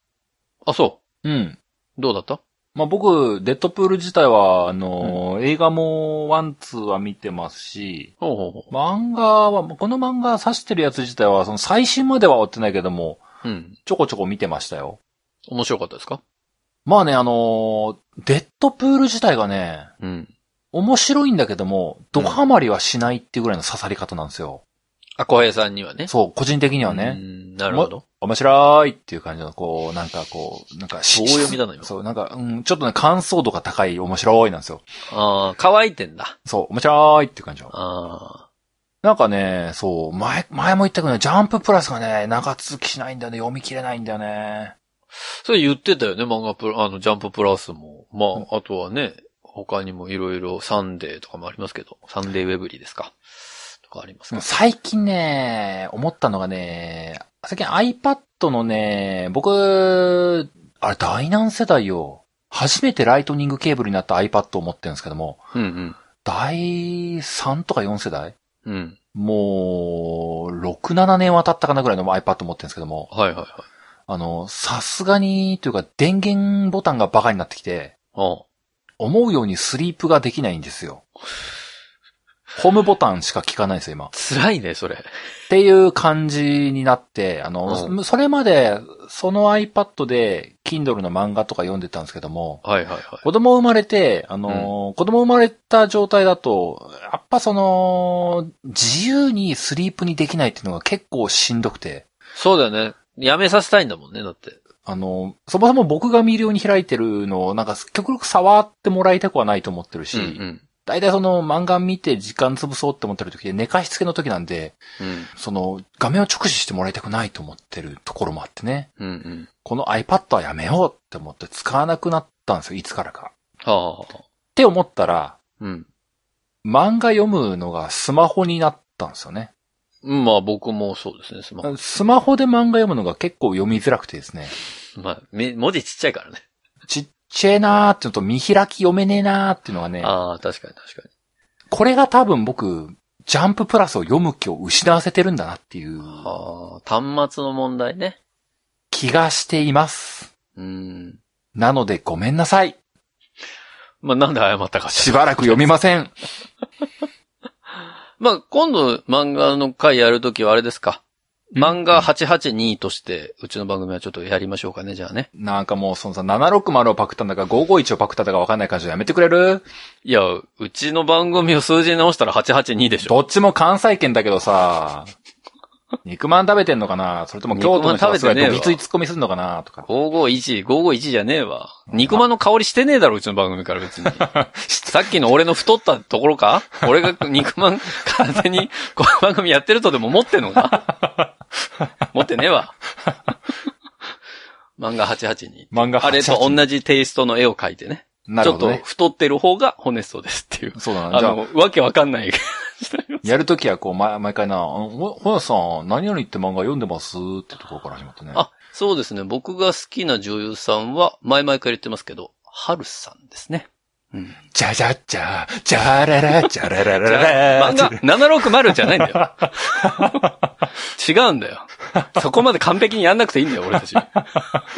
[SPEAKER 1] あ、そ
[SPEAKER 2] うん。
[SPEAKER 1] う。どうだった
[SPEAKER 2] まあ、僕、デッドプール自体は、あのー映画もワン、ツーは見てますし、
[SPEAKER 1] ほうほうほう。
[SPEAKER 2] 漫画は、この漫画指してるやつ自体は、その最新までは追ってないけども、
[SPEAKER 1] うん。
[SPEAKER 2] ちょこちょこ見てましたよ。
[SPEAKER 1] 面白かったですか
[SPEAKER 2] まあね、あのーデッドプール自体がね、
[SPEAKER 1] うん。
[SPEAKER 2] 面白いんだけども、ドハマりはしないっていうぐらいの刺さり方なんですよ。
[SPEAKER 1] あ、小平さんにはね。
[SPEAKER 2] そう、個人的には
[SPEAKER 1] う
[SPEAKER 2] ね、
[SPEAKER 1] んなるほど。
[SPEAKER 2] 面白いっていう感じの、こう、なんかこう、なんかし、
[SPEAKER 1] 棒読みだな今
[SPEAKER 2] そう、なんか、うん、ちょっとね、感想度が高い面白いなんですよ。
[SPEAKER 1] ああ、乾いてんだ。
[SPEAKER 2] そう、面白いっていう感じの。
[SPEAKER 1] ああ。
[SPEAKER 2] なんかね、そう、前、前も言ったけどね、ジャンププラスがね、長続きしないんだよね、読み切れないんだよね。
[SPEAKER 1] それ言ってたよね、漫画プラ、あの、ジャンププラスも。まあ、あとはね、他にもいろいろサンデーとかもありますけど、サンデーウェブリーですか。とかありますか、
[SPEAKER 2] 最近ね、思ったのがね、最近 iPad のね、僕、あれ、第何世代よ。初めてライトニングケーブルになった iPad を持ってるんですけども、
[SPEAKER 1] うん
[SPEAKER 2] 第3とか4世代
[SPEAKER 1] うん。うん。
[SPEAKER 2] もう、6、7年は経ったかなぐらいの iPad 持ってるんですけども、
[SPEAKER 1] はいはいはい。
[SPEAKER 2] あの、さすがに、というか、電源ボタンがバカになってきて、
[SPEAKER 1] あ
[SPEAKER 2] 思うようにスリープができないんですよ。ホームボタンしか効かないんですよ、今。っ
[SPEAKER 1] 辛いね、それ。
[SPEAKER 2] ていう感じになって、あの、
[SPEAKER 1] う
[SPEAKER 2] それまで、その iPad で、Kindle の漫画とか読んでたんですけども、
[SPEAKER 1] はいはいはい。
[SPEAKER 2] 子供生まれて、あの、子供生まれた状態だと、やっぱその、自由にスリープにできないっていうのが結構しんどくて、
[SPEAKER 1] そうだよね。やめさせたいんだもんね、だって。
[SPEAKER 2] あの、そもそも僕が見るように開いてるのを、なんか極力触ってもらいたくはないと思ってるし、
[SPEAKER 1] うん
[SPEAKER 2] 大体その漫画見て時間潰そうって思ってる時で寝かしつけの時なんで、
[SPEAKER 1] うん。うん。
[SPEAKER 2] その画面を直視してもらいたくないと思ってるところもあってね。
[SPEAKER 1] うんうん。
[SPEAKER 2] この iPad はやめようって思って使わなくなったんですよ、いつからか。っ
[SPEAKER 1] はあ。
[SPEAKER 2] て思ったら、
[SPEAKER 1] うん。
[SPEAKER 2] 漫画読むのがスマホになったんですよね。
[SPEAKER 1] まあ僕もそうですね、スマホ。
[SPEAKER 2] スマホで漫画読むのが結構読みづらくてですね。
[SPEAKER 1] まあ、め文字ちっちゃいからね。
[SPEAKER 2] ちっちゃいなーってのと見開き読めねえなーっていうのがね、
[SPEAKER 1] ああ、確かに確かに。
[SPEAKER 2] これが多分僕、ジャンププラスを読む気を失わせてるんだなっていう
[SPEAKER 1] はあ、端末の問題ね。
[SPEAKER 2] 気がしています。
[SPEAKER 1] うん。
[SPEAKER 2] なのでごめんなさい。
[SPEAKER 1] まあなんで謝ったか
[SPEAKER 2] しばらく読みません。
[SPEAKER 1] まあ今度漫画の回やるときはあれですか。漫画882として、うちの番組はちょっとやりましょうかね、じゃあね。
[SPEAKER 2] なんかもうそのさ、760をパクったんだか551をパクったんだかわかんない感じでやめてくれる
[SPEAKER 1] いや、うちの番組を数字に直したら882でしょ。
[SPEAKER 2] どっちも関西圏だけどさ、肉まん食べてんのかなそれとも京都の人がすご
[SPEAKER 1] 肉まん食べて
[SPEAKER 2] い
[SPEAKER 1] ねえ
[SPEAKER 2] ド
[SPEAKER 1] わ
[SPEAKER 2] ギツイツッコミするのかなとか。
[SPEAKER 1] 551、551じゃねえわ。肉まんの香りしてねえだろ、うちの番組から別に。さっきの俺の太ったところか俺が肉まん、完全にこの番組やってるとでも思ってんのか持ってねえわ。漫画88に。
[SPEAKER 2] 漫画
[SPEAKER 1] あれと
[SPEAKER 2] じ。
[SPEAKER 1] 同じテイストの絵を描いてね。
[SPEAKER 2] な
[SPEAKER 1] ち
[SPEAKER 2] る
[SPEAKER 1] ょ
[SPEAKER 2] ほ
[SPEAKER 1] っと
[SPEAKER 2] どね。
[SPEAKER 1] 太ってる方がホネストですっていう。
[SPEAKER 2] そうだな。
[SPEAKER 1] あ
[SPEAKER 2] じゃあ、
[SPEAKER 1] の、わけわかんない。
[SPEAKER 2] やるときはこう、ま、毎回な、あのほ、ほやさん、何々って漫画読んでますってところから始まってね。
[SPEAKER 1] あ、そうですね。僕が好きな女優さんは、前々から言ってますけど、ハルさんですね。うん。
[SPEAKER 2] じゃじゃじゃ、じゃらら、じゃらららら。
[SPEAKER 1] 漫画760じゃ
[SPEAKER 2] [laughs]
[SPEAKER 1] ないんだよ。違うんだよ。そこまで完璧にやんなくていいんだよ、俺たち。
[SPEAKER 2] [laughs]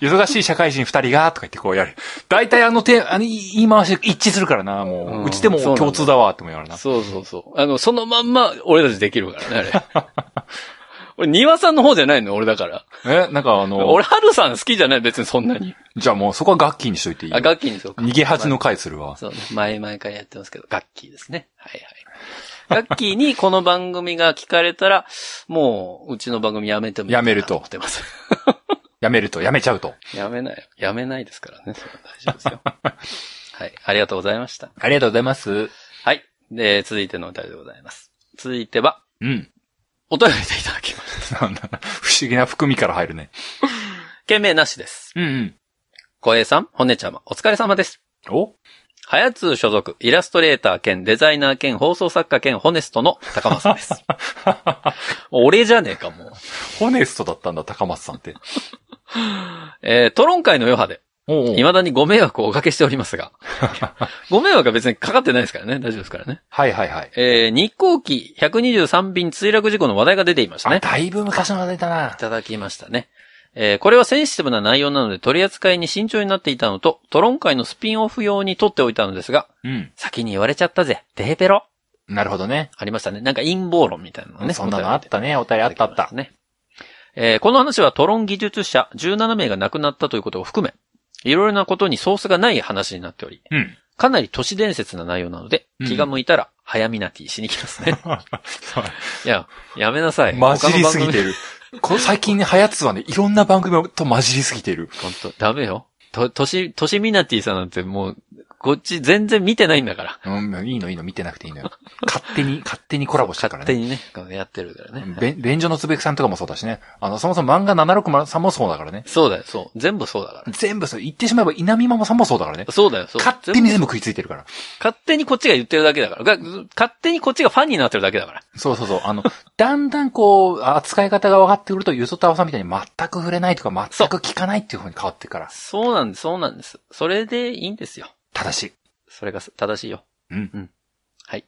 [SPEAKER 2] 忙しい社会人二人が、とか言ってこうやる。大体あの手、あの、言い回し一致するからな、もう。
[SPEAKER 1] う
[SPEAKER 2] うんちでも共通だわ、っても言われるな。
[SPEAKER 1] そうそうそう。あの、そのまんま、俺たちできるからね、あれ。
[SPEAKER 2] [laughs]
[SPEAKER 1] 俺、庭さんの方じゃないの、俺だから。
[SPEAKER 2] え、なんかあの
[SPEAKER 1] 俺、、ハルさん好きじゃない、別にそんなに。
[SPEAKER 2] じゃあもうそこはガッキーにしといていいよ。
[SPEAKER 1] あ、楽器にそうか。
[SPEAKER 2] 逃げ恥の回するわ。
[SPEAKER 1] そうね。前々からやってますけど、ガッキーですね。はいはい。ガッキーにこの番組が聞かれたら、もう、うちの番組やめてもいいかな
[SPEAKER 2] やめると
[SPEAKER 1] 思ってます。
[SPEAKER 2] やめると、やめちゃうと。
[SPEAKER 1] やめない。やめないですからね。それは大丈夫ですよ。はい。ありがとうございました。
[SPEAKER 2] ありがとうございます。
[SPEAKER 1] はい。で、続いてのお便りでございます。続いては、
[SPEAKER 2] うん。 [laughs]
[SPEAKER 1] お便りでいただきます。
[SPEAKER 2] なんだ不思議な含みから入るね。
[SPEAKER 1] 件名なしです。
[SPEAKER 2] うんうん。
[SPEAKER 1] 小平さん、骨ちゃま、お疲れ様です。
[SPEAKER 2] お
[SPEAKER 1] はやつ所属、イラストレーター兼デザイナー兼放送作家兼ホネストの高松です。俺じゃねえか、もう。
[SPEAKER 2] ホネストだったんだ、高松さんって。
[SPEAKER 1] えー、トロン会の余波で、
[SPEAKER 2] おうおう
[SPEAKER 1] 未だにご迷惑をおかけしておりますが、ご迷惑は別にかかってないですからね。大丈夫ですからね。
[SPEAKER 2] はいはいはい。
[SPEAKER 1] えー、日航機123便墜落事故の話題が出ていました
[SPEAKER 2] あ、
[SPEAKER 1] ね。。
[SPEAKER 2] だいぶ昔の話題だない
[SPEAKER 1] ただきましたね。えーこれはセンシティブな内容なので取り扱いに慎重になっていたのと、トロン会のスピンオフ用に取っておいたのですが、
[SPEAKER 2] うん。
[SPEAKER 1] 先に言われちゃったぜ。デヘペロ。
[SPEAKER 2] なるほどね。
[SPEAKER 1] ありましたね。なんか陰謀論みたいなのね。
[SPEAKER 2] そんなの
[SPEAKER 1] お
[SPEAKER 2] あ
[SPEAKER 1] 便
[SPEAKER 2] っ
[SPEAKER 1] りで
[SPEAKER 2] たね、お便りあったあっ
[SPEAKER 1] いだきま
[SPEAKER 2] た
[SPEAKER 1] し。ね。えーこの話はトロン技術者17名が亡くなったということを含め、いろいろなことにソースがない話になっており、
[SPEAKER 2] うん
[SPEAKER 1] かなり都市伝説な内容なので、
[SPEAKER 2] うん
[SPEAKER 1] 気が向いたら、早見なきしに来ます
[SPEAKER 2] [laughs]
[SPEAKER 1] ね。
[SPEAKER 2] はい
[SPEAKER 1] いや、やめなさい。
[SPEAKER 2] 混じりすぎ
[SPEAKER 1] 他の
[SPEAKER 2] てる。この最近ね、流行ってたね、いろんな番組と混じりすぎてる。
[SPEAKER 1] 番組。本当ダメよ。と、とし、としみなティさんなんてもう、こっち全然見てないんだから。
[SPEAKER 2] うん、いいのいいの、見てなくていいのよ。勝手に、勝手にコラボしたから
[SPEAKER 1] 勝手
[SPEAKER 2] ね。
[SPEAKER 1] にね、やってるからね。
[SPEAKER 2] べん便所のつべくさんとかもそうだしね。あの、そもそも漫画760さんもそうだからね。
[SPEAKER 1] そうだよ、そう。全部そうだから。
[SPEAKER 2] 全部そう、言ってしまえば稲見ママさんもそうだからね。
[SPEAKER 1] そうだよ、そう。
[SPEAKER 2] 勝手に
[SPEAKER 1] 全
[SPEAKER 2] 全
[SPEAKER 1] 部
[SPEAKER 2] 部食いついてるから。
[SPEAKER 1] 勝手にこっちが言ってるだけだから。が勝手にこっちがファンになってるだけだから。
[SPEAKER 2] そうそうそう。 [laughs] あの、だんだんこう、扱い方が分かってくると、ゆそたわさんみたいに全く触れないとか、全く聞かないっていう風に変わってくから。
[SPEAKER 1] そうなんです、そうなんです。それでいいんですよ。
[SPEAKER 2] 正しい。
[SPEAKER 1] それが正しいよ。
[SPEAKER 2] うん
[SPEAKER 1] うん。はい。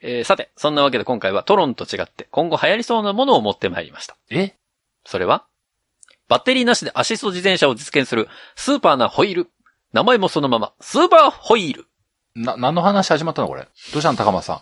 [SPEAKER 1] えーさて、そんなわけで今回はトロンと違って今後流行りそうなものを持ってまいりました。
[SPEAKER 2] え
[SPEAKER 1] それは、バッテリーなしでアシスト自転車を実現するスーパーなホイール。名前もそのまま、スーパーホイール。
[SPEAKER 2] な、何の話始まったのこれ。どうしたの高松さん。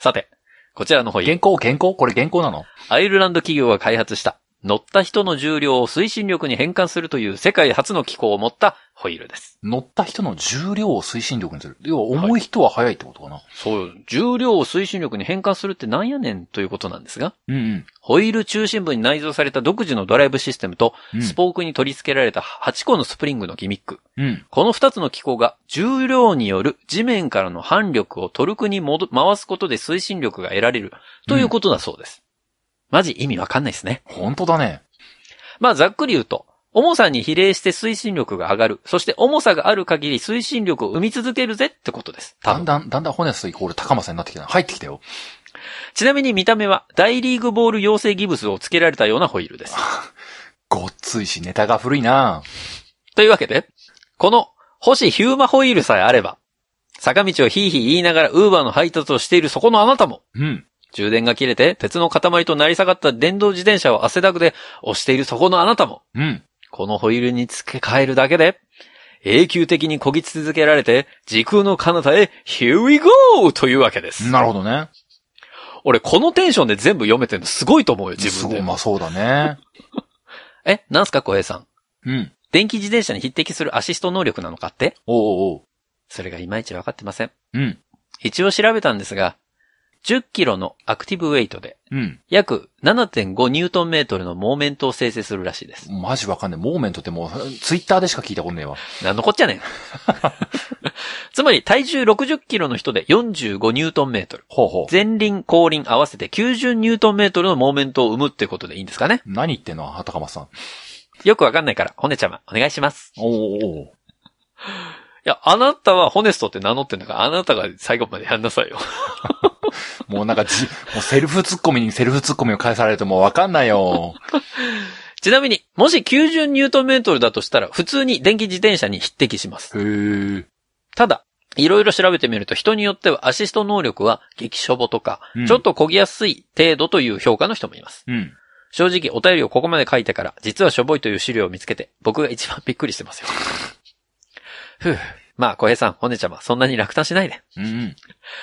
[SPEAKER 1] さて、こちらのホイール。
[SPEAKER 2] 原稿原稿これ原稿なの
[SPEAKER 1] アイルランド企業が開発した、乗った人の重量を推進力に変換するという世界初の機構を持ったホイールです。
[SPEAKER 2] 乗った人の重量を推進力にする。要は、重い人は速いってことかな。
[SPEAKER 1] そう、重量を推進力に変換するってなんやねんということなんですが、
[SPEAKER 2] うんうん
[SPEAKER 1] ホイール中心部に内蔵された独自のドライブシステムと、
[SPEAKER 2] うん。
[SPEAKER 1] スポークに取り付けられた8個のスプリングのギミック。
[SPEAKER 2] うん。
[SPEAKER 1] この2つの機構が重量による地面からの反力をトルクに戻回すことで推進力が得られるということだそうです。マジ意味わかんないですね。
[SPEAKER 2] 本当だね。
[SPEAKER 1] まあざっくり言うと、重さに比例して推進力が上がる。そして重さがある限り推進力を生み続けるぜってことです。多
[SPEAKER 2] だん
[SPEAKER 1] 分
[SPEAKER 2] だん、だんだんホネストイコール高松さんになってきたな。入ってきたよ。
[SPEAKER 1] ちなみに見た目は大リーグボール養成ギブスをつけられたようなホイールです。
[SPEAKER 2] ごっついし、ネタが古いな
[SPEAKER 1] というわけで、この星ヒューマホイールさえあれば、坂道をヒーヒー言いながらウーバーの配達をしているそこのあなたも、
[SPEAKER 2] うん。
[SPEAKER 1] 充電が切れて鉄の塊と成り下がった電動自転車を汗だくで押しているそこのあなたも、
[SPEAKER 2] うん。
[SPEAKER 1] このホイールに付け替えるだけで、永久的に漕ぎ続けられて、時空の彼方へ、Here we go! というわけです。
[SPEAKER 2] なるほどね。
[SPEAKER 1] 俺、このテンションで全部読めてるのすごいと思うよ、自
[SPEAKER 2] す
[SPEAKER 1] 分
[SPEAKER 2] ごい、
[SPEAKER 1] で。
[SPEAKER 2] まあそうだね。
[SPEAKER 1] え、なんすか、小平さん。
[SPEAKER 2] うん。
[SPEAKER 1] 電気自転車に匹敵するアシスト能力なのかって
[SPEAKER 2] おうおうおう。
[SPEAKER 1] それがいまいちわかってません。
[SPEAKER 2] うん。
[SPEAKER 1] 一応調べたんですが、10キロのアクティブウェイトで、
[SPEAKER 2] うん。
[SPEAKER 1] 約7.5ニュートンメートルのモーメントを生成するらしいです。
[SPEAKER 2] マジわかんねえ。モーメントってもう、ツイッターでしか聞いたことねえわ。
[SPEAKER 1] なんのこっちゃねん。 [laughs] つまり、体重60キロの人で45ニュートンメートル。
[SPEAKER 2] ほうほう。
[SPEAKER 1] 前輪、後輪合わせて90ニュートンメートルのモーメントを生むってことでいいんですかね
[SPEAKER 2] 何言ってんの高松さん。
[SPEAKER 1] よくわかんないから、骨ちゃま、お願いします。
[SPEAKER 2] おうおうおう。
[SPEAKER 1] いや、あなたはホネストって名乗ってんだから、あなたが最後までやんなさいよ。
[SPEAKER 2] もうなんかじ、 [laughs] もうセルフツッコミにセルフツッコミを返されるともうわかんないよ。
[SPEAKER 1] ちなみに、もし90ニュートンメートルだとしたら、普通に電気自転車に匹敵します。
[SPEAKER 2] へえ。
[SPEAKER 1] ただ、いろいろ調べてみると、人によってはアシスト能力は激しょぼとか、
[SPEAKER 2] うん
[SPEAKER 1] ちょっと漕ぎやすい程度という評価の人もいます。
[SPEAKER 2] うん。
[SPEAKER 1] 正直お便りをここまで書いてから、実はしょぼいという資料を見つけて、僕が一番びっくりしてますよ。ふぅ。まあ、小平さん、ほねちゃま、そんなに落胆しないで。
[SPEAKER 2] うん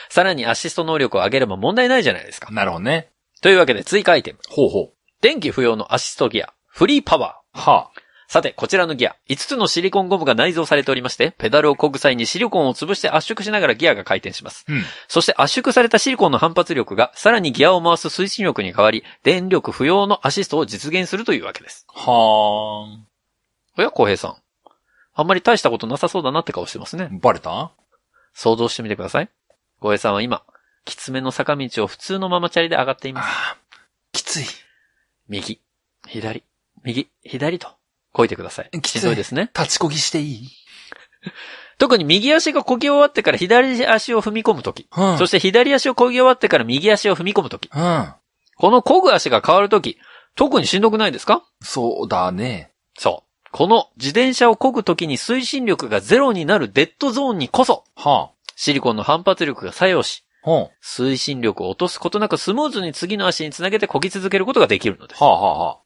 [SPEAKER 1] さらにアシスト能力を上げれば問題ないじゃないです
[SPEAKER 2] う
[SPEAKER 1] か
[SPEAKER 2] ん。。なるほどね。
[SPEAKER 1] というわけで追加アイテム。
[SPEAKER 2] ほうほ
[SPEAKER 1] 電気不要のアシストギア、フリーパワ
[SPEAKER 2] う。はあ。
[SPEAKER 1] ー。さて、こちらのギア、5つのシリコンゴムが内蔵されておりまして、ペダルを漕ぐ際にシリコンを潰して圧縮しながらギアが回転します。
[SPEAKER 2] うん。
[SPEAKER 1] そして圧縮されたシリコンの反発力が、さらにギアを回す推進力に変わり、電力不要のアシストを実現するというわけです。
[SPEAKER 2] は
[SPEAKER 1] おや、浩平さん。あんまり大したことなさそうだなって顔してますね
[SPEAKER 2] ー。ん。バレた
[SPEAKER 1] 想像してみてください。浩平さんは今、きつめの坂道を普通のママチャリで上がっています。
[SPEAKER 2] あーきつい。
[SPEAKER 1] 右、左、右、左と、こいてください。
[SPEAKER 2] きつい
[SPEAKER 1] しんどいですね。
[SPEAKER 2] 立ちこぎしていい
[SPEAKER 1] 特に右足が漕ぎ終わってから左足を踏み込むとき、
[SPEAKER 2] うん。
[SPEAKER 1] そして左足を漕ぎ終わってから右足を踏み込むとき、
[SPEAKER 2] うん。
[SPEAKER 1] この漕ぐ足が変わるとき、特にしんどくないですか
[SPEAKER 2] そうだね。
[SPEAKER 1] そう。この自転車を漕ぐときに推進力がゼロになるデッドゾーンにこそ、
[SPEAKER 2] は
[SPEAKER 1] シリコンの反発力が作用し、
[SPEAKER 2] あ。ほん。は
[SPEAKER 1] 推進力を落とすことなくスムーズに次の足につなげて漕ぎ続けることができるのです。
[SPEAKER 2] あはあはあ。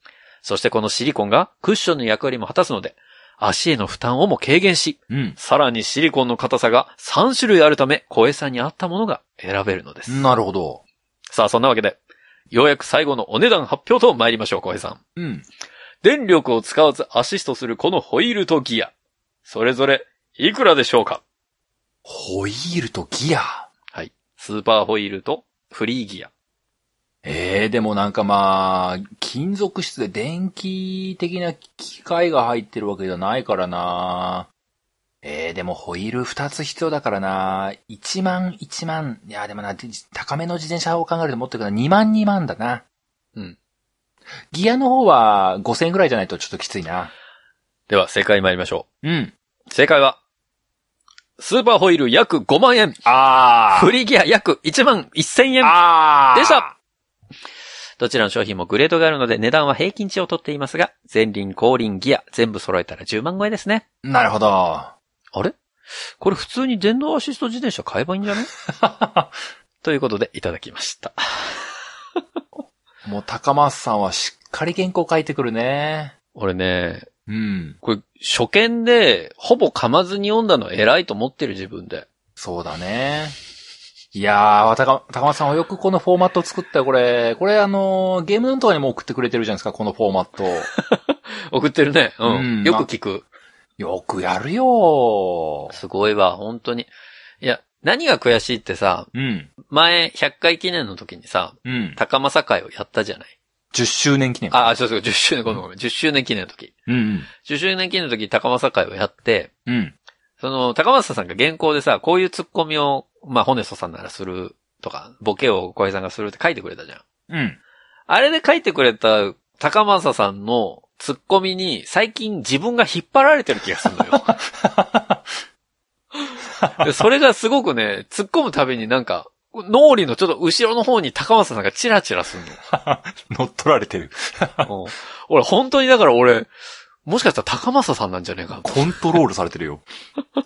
[SPEAKER 1] そしてこのシリコンがクッションの役割も果たすので、足への負担をも軽減し、
[SPEAKER 2] うん。
[SPEAKER 1] さらにシリコンの硬さが3種類あるため、小江さんに合ったものが選べるのです。
[SPEAKER 2] なるほど。
[SPEAKER 1] さあ、そんなわけで、ようやく最後のお値段発表と参りましょう、小平さん。
[SPEAKER 2] うん。
[SPEAKER 1] 電力を使わずアシストするこのホイールとギア。それぞれ、いくらでしょうか
[SPEAKER 2] ホイールとギア。
[SPEAKER 1] はい。スーパーホイールとフリーギア。
[SPEAKER 2] ええでもなんかまあ、金属質で電気的な機械が入ってるわけじゃないからな。ええでもホイール2つ必要だからな。1万、1万。いや、でもな、で高めの自転車を考えると持ってるから2万、2万だな。
[SPEAKER 1] うん。
[SPEAKER 2] ギアの方は5000円ぐらいじゃないとちょっときついな。
[SPEAKER 1] では、正解参りましょ
[SPEAKER 2] うん。
[SPEAKER 1] う。正解は、スーパーホイール約5万円。
[SPEAKER 2] あー。
[SPEAKER 1] フリーギア約1万1000円。
[SPEAKER 2] あー。
[SPEAKER 1] でしたどちらの商品もグレードがあるので値段は平均値をとっていますが、前輪、後輪、ギア、全部揃えたら10万超えですね。
[SPEAKER 2] なるほど。
[SPEAKER 1] あれこれ普通に電動アシスト自転車買えばいいんじゃねということで、いただきました。
[SPEAKER 2] もう高松さんはしっかり原稿書いてくるね。
[SPEAKER 1] 俺ね、
[SPEAKER 2] うん。
[SPEAKER 1] これ初見でほぼ噛まずに読んだの偉いと思ってる自分で。
[SPEAKER 2] そうだね。いやー、高高松さんはよくこのフォーマットを作ったよ、これ。これあのーゲームのとかにも送ってくれてるじゃないですか、このフォーマッ [laughs] ト。
[SPEAKER 1] 送ってるね。うん。
[SPEAKER 2] うん
[SPEAKER 1] よく聞く。
[SPEAKER 2] よくやるよー
[SPEAKER 1] すごいわ、本当に。いや、何が悔しいってさ、
[SPEAKER 2] うん。
[SPEAKER 1] 前100回記念の時にさ、
[SPEAKER 2] うん。
[SPEAKER 1] 高政会をやったじゃない
[SPEAKER 2] 10周年記念。
[SPEAKER 1] あ、あ、そうそう、10周年、ごめんごめん、10周年記念の時。
[SPEAKER 2] うん。
[SPEAKER 1] 10周年記念の時、高松会をやって、
[SPEAKER 2] うん。
[SPEAKER 1] その、高松さんが原稿でさ、こういうツッコミを、まあ、ホネストさんならするとか、ボケを小平さんがするって書いてくれたじゃん。
[SPEAKER 2] うん。
[SPEAKER 1] あれで書いてくれた高松さんのツッコミに、最近自分が引っ張られてる気がするのよ。でそれがすごくね、突っ込むたびになんか、脳裏のちょっと後ろの方に高松さんがチラチラするの。
[SPEAKER 2] 乗っ取られてる。
[SPEAKER 1] うん俺、本当にだから俺、もしかしたら高政さんなんじゃねえか。
[SPEAKER 2] コントロールされてるよ。
[SPEAKER 1] い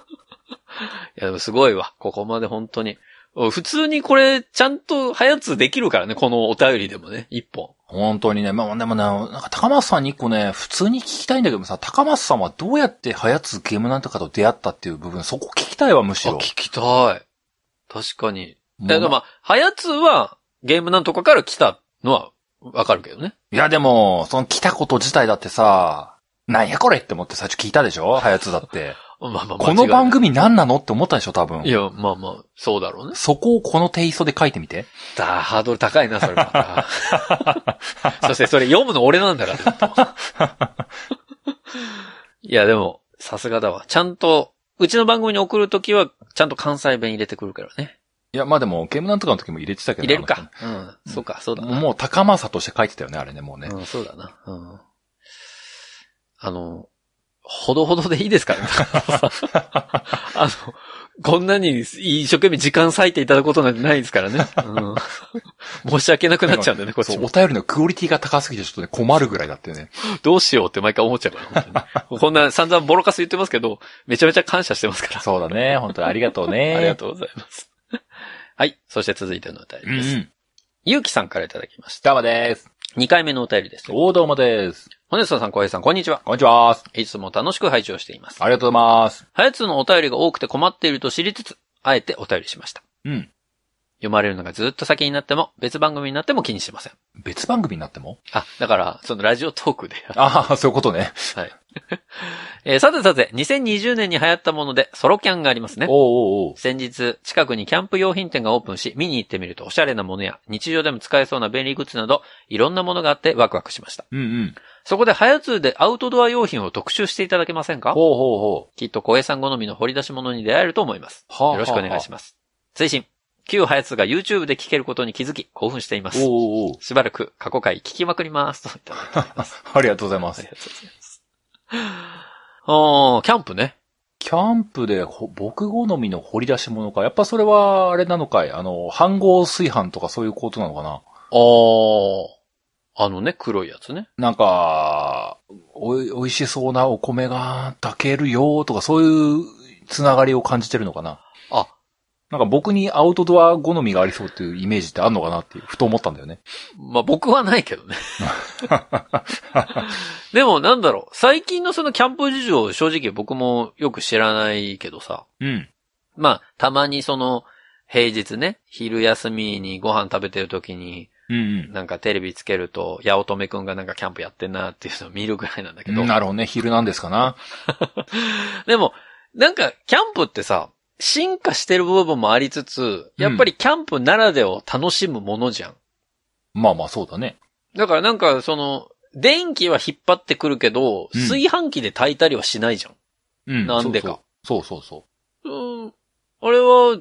[SPEAKER 1] や、でもすごいわ。ここまで本当に。うん普通にこれ、ちゃんと早つできるからね。このお便りでもね。一本。
[SPEAKER 2] 本当にね。まあでもね、なんか高松さんに一個ね、普通に聞きたいんだけどさ、高松さんはどうやってハヤツゲームなんとかと出会ったっていう部分、そこ聞きたいわ、むし
[SPEAKER 1] あ、
[SPEAKER 2] ろ。
[SPEAKER 1] 聞きたい。確かに。
[SPEAKER 2] もう
[SPEAKER 1] だからまあ、早つは、ゲームなんとかから来たのは、わかるけどね。
[SPEAKER 2] いやでも、その来たこと自体だってさ、なんやこれって思って最初聞いたでしょハヤツだって。
[SPEAKER 1] まあまあまあ、
[SPEAKER 2] この番
[SPEAKER 1] 組
[SPEAKER 2] 組何なのって思ったでしょ多分
[SPEAKER 1] い。や、まあまあ、そうだろうね。
[SPEAKER 2] そこをこのテイストで書いてみて。
[SPEAKER 1] だ、ハードル高いな、それ
[SPEAKER 2] [laughs]
[SPEAKER 1] また。そしてそれ読むの俺なんだから、ずっと。
[SPEAKER 2] [laughs]
[SPEAKER 1] いや、でも、さすがだわ。ちゃんと、うちの番組に送るときは、ちゃんと関西弁入れてくるからね。
[SPEAKER 2] いや、まあでも、ゲームなんとかの時も入れてたけど
[SPEAKER 1] 入
[SPEAKER 2] ね
[SPEAKER 1] れるか。うん。そうか、そう
[SPEAKER 2] あ
[SPEAKER 1] だ
[SPEAKER 2] の
[SPEAKER 1] な。
[SPEAKER 2] もう高政として書いてたよね、あれね、もうね。
[SPEAKER 1] うん、そうだな。うん。あの、ほどほどでいいです [laughs] からね。あの、こんなに一生懸命時間割いていただくことなんてないですからね。うん。申し訳なくなっちゃうんだよね、こっ
[SPEAKER 2] そ
[SPEAKER 1] ち
[SPEAKER 2] う、お
[SPEAKER 1] も。
[SPEAKER 2] 便りのクオリティが高すぎてちょっとね、困るぐらいだってね。
[SPEAKER 1] どうしようって毎回思っちゃうから、本当にこんな散々ボロカス言ってますけど、めちゃめちゃ感謝してますから。
[SPEAKER 2] そうだね、本 [laughs] 当にありがとうね。
[SPEAKER 1] ありがとうございます。はい。そして続いてのお便
[SPEAKER 2] うん
[SPEAKER 1] り
[SPEAKER 2] う
[SPEAKER 1] です。
[SPEAKER 2] ん。
[SPEAKER 1] ゆうきさんからいただきました。
[SPEAKER 2] どうもです。
[SPEAKER 1] 2回目のお便りです。
[SPEAKER 2] 大どうもです。
[SPEAKER 1] ホネストさん、小平さん、こんにちは。
[SPEAKER 2] こんにちは。
[SPEAKER 1] いつも楽しく拝聴しています。
[SPEAKER 2] ありがとうございます。
[SPEAKER 1] はやつのお便りが多くて困っていると知りつつ、あえてお便りしました。
[SPEAKER 2] うん。
[SPEAKER 1] 読まれるのがずっと先になっても、別番組になっても気にしません。
[SPEAKER 2] 別番組になっても
[SPEAKER 1] あ、だから、そのラジオトークで。
[SPEAKER 2] ああ、そういうことね。
[SPEAKER 1] [laughs] えーさてさて、2020年に流行ったもので、ソロキャンがありますね。
[SPEAKER 2] おうおうおう。
[SPEAKER 1] 先日、近くにキャンプ用品店がオープンし、見に行ってみるとおしゃれなものや、日常でも使えそうな便利グッズなど、いろんなものがあってワクワクしました。
[SPEAKER 2] うんうん。
[SPEAKER 1] そこで、はやつでアウトドア用品を特集していただけませんか
[SPEAKER 2] ほうほうほう。
[SPEAKER 1] きっと小江さん好みの掘り出し物に出会えると思います。
[SPEAKER 2] はあはあ
[SPEAKER 1] よろしくお願いします。推進、旧ハヤツが YouTube で聞けることに気づき、興奮しています。
[SPEAKER 2] おうおうおう
[SPEAKER 1] しばらく過去回聞きまくります。といただいております。
[SPEAKER 2] ありがとうございま
[SPEAKER 1] あり
[SPEAKER 2] す
[SPEAKER 1] が。とうございます。 [laughs] あー、キャンプね。
[SPEAKER 2] キャンプでほ僕好みの掘り出し物か。やっぱそれは、あれなのかいあの、飯合炊飯とかそういうことなのかな
[SPEAKER 1] あー、あのね、黒いやつね。
[SPEAKER 2] なんか、おい、美味しそうなお米が炊けるよとかそういうつながりを感じてるのかな
[SPEAKER 1] あ、
[SPEAKER 2] なんか僕にアウトドア好みがありそうっていうイメージってあんのかなっていう、ふと思ったんだよね。
[SPEAKER 1] まあ、僕はないけ [laughs] どね。でも、なんだろう。最近のそのキャンプ事情、正直僕もよく知らないけどさ。
[SPEAKER 2] うん。
[SPEAKER 1] まあ、たまにその、平日ね、昼休みにご飯食べてる時に、
[SPEAKER 2] うん
[SPEAKER 1] なんかテレビつけると、八乙女くんがなんかキャンプやってんなっていうのを見るぐらいなんだけ
[SPEAKER 2] う
[SPEAKER 1] ど
[SPEAKER 2] ん。。なるほどね。昼なんですかな。
[SPEAKER 1] でも、なんかキャンプってさ、進化してる部分もありつつ、やっぱりキャンプならではを楽しむものじゃん。
[SPEAKER 2] まあまあそうだね。
[SPEAKER 1] だからなんかその、電気は引っ張ってくるけど、
[SPEAKER 2] うん
[SPEAKER 1] 炊飯器で炊いたりはしないじゃん。
[SPEAKER 2] うん。
[SPEAKER 1] なんでか
[SPEAKER 2] そうそう。そうそうそう。
[SPEAKER 1] うん。あれは、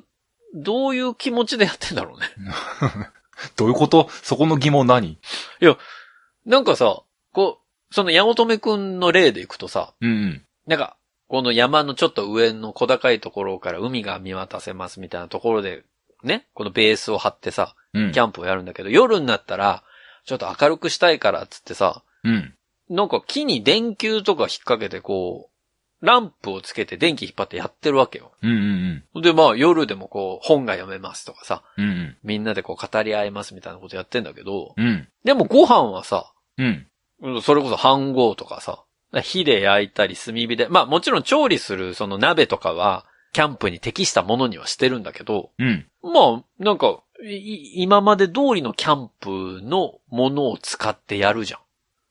[SPEAKER 1] どういう気持ちでやってんだろうね。
[SPEAKER 2] どういうことそこの疑問何
[SPEAKER 1] なんかさ、こう、その八乙女くんの例でいくとさ、
[SPEAKER 2] うんうん。
[SPEAKER 1] なんか、この山のちょっと上の小高いところから海が見渡せますみたいなところで、ね、このベースを張ってさ、
[SPEAKER 2] うん。
[SPEAKER 1] キャンプをやるんだけど、夜になったら、ちょっと明るくしたいからっつってさ、
[SPEAKER 2] うん。
[SPEAKER 1] なんか木に電球とか引っ掛けてこう、ランプをつけて電気引っ張ってやってるわけよ。
[SPEAKER 2] うんうん
[SPEAKER 1] で、まあ夜でもこう、本が読めますとかさ、
[SPEAKER 2] うん。うん
[SPEAKER 1] みんなでこう語り合いますみたいなことやってんだけど、
[SPEAKER 2] うん。うん。
[SPEAKER 1] でもご飯はさ、
[SPEAKER 2] うん。
[SPEAKER 1] うんそれこそ飯盒とかさ、火で焼いたり炭火で、まあもちろん調理するその鍋とかは、キャンプに適したものにはしてるんだけど、
[SPEAKER 2] うん。
[SPEAKER 1] まあ、なんか、い今まで通りのキャンプのものを使ってやるじゃん。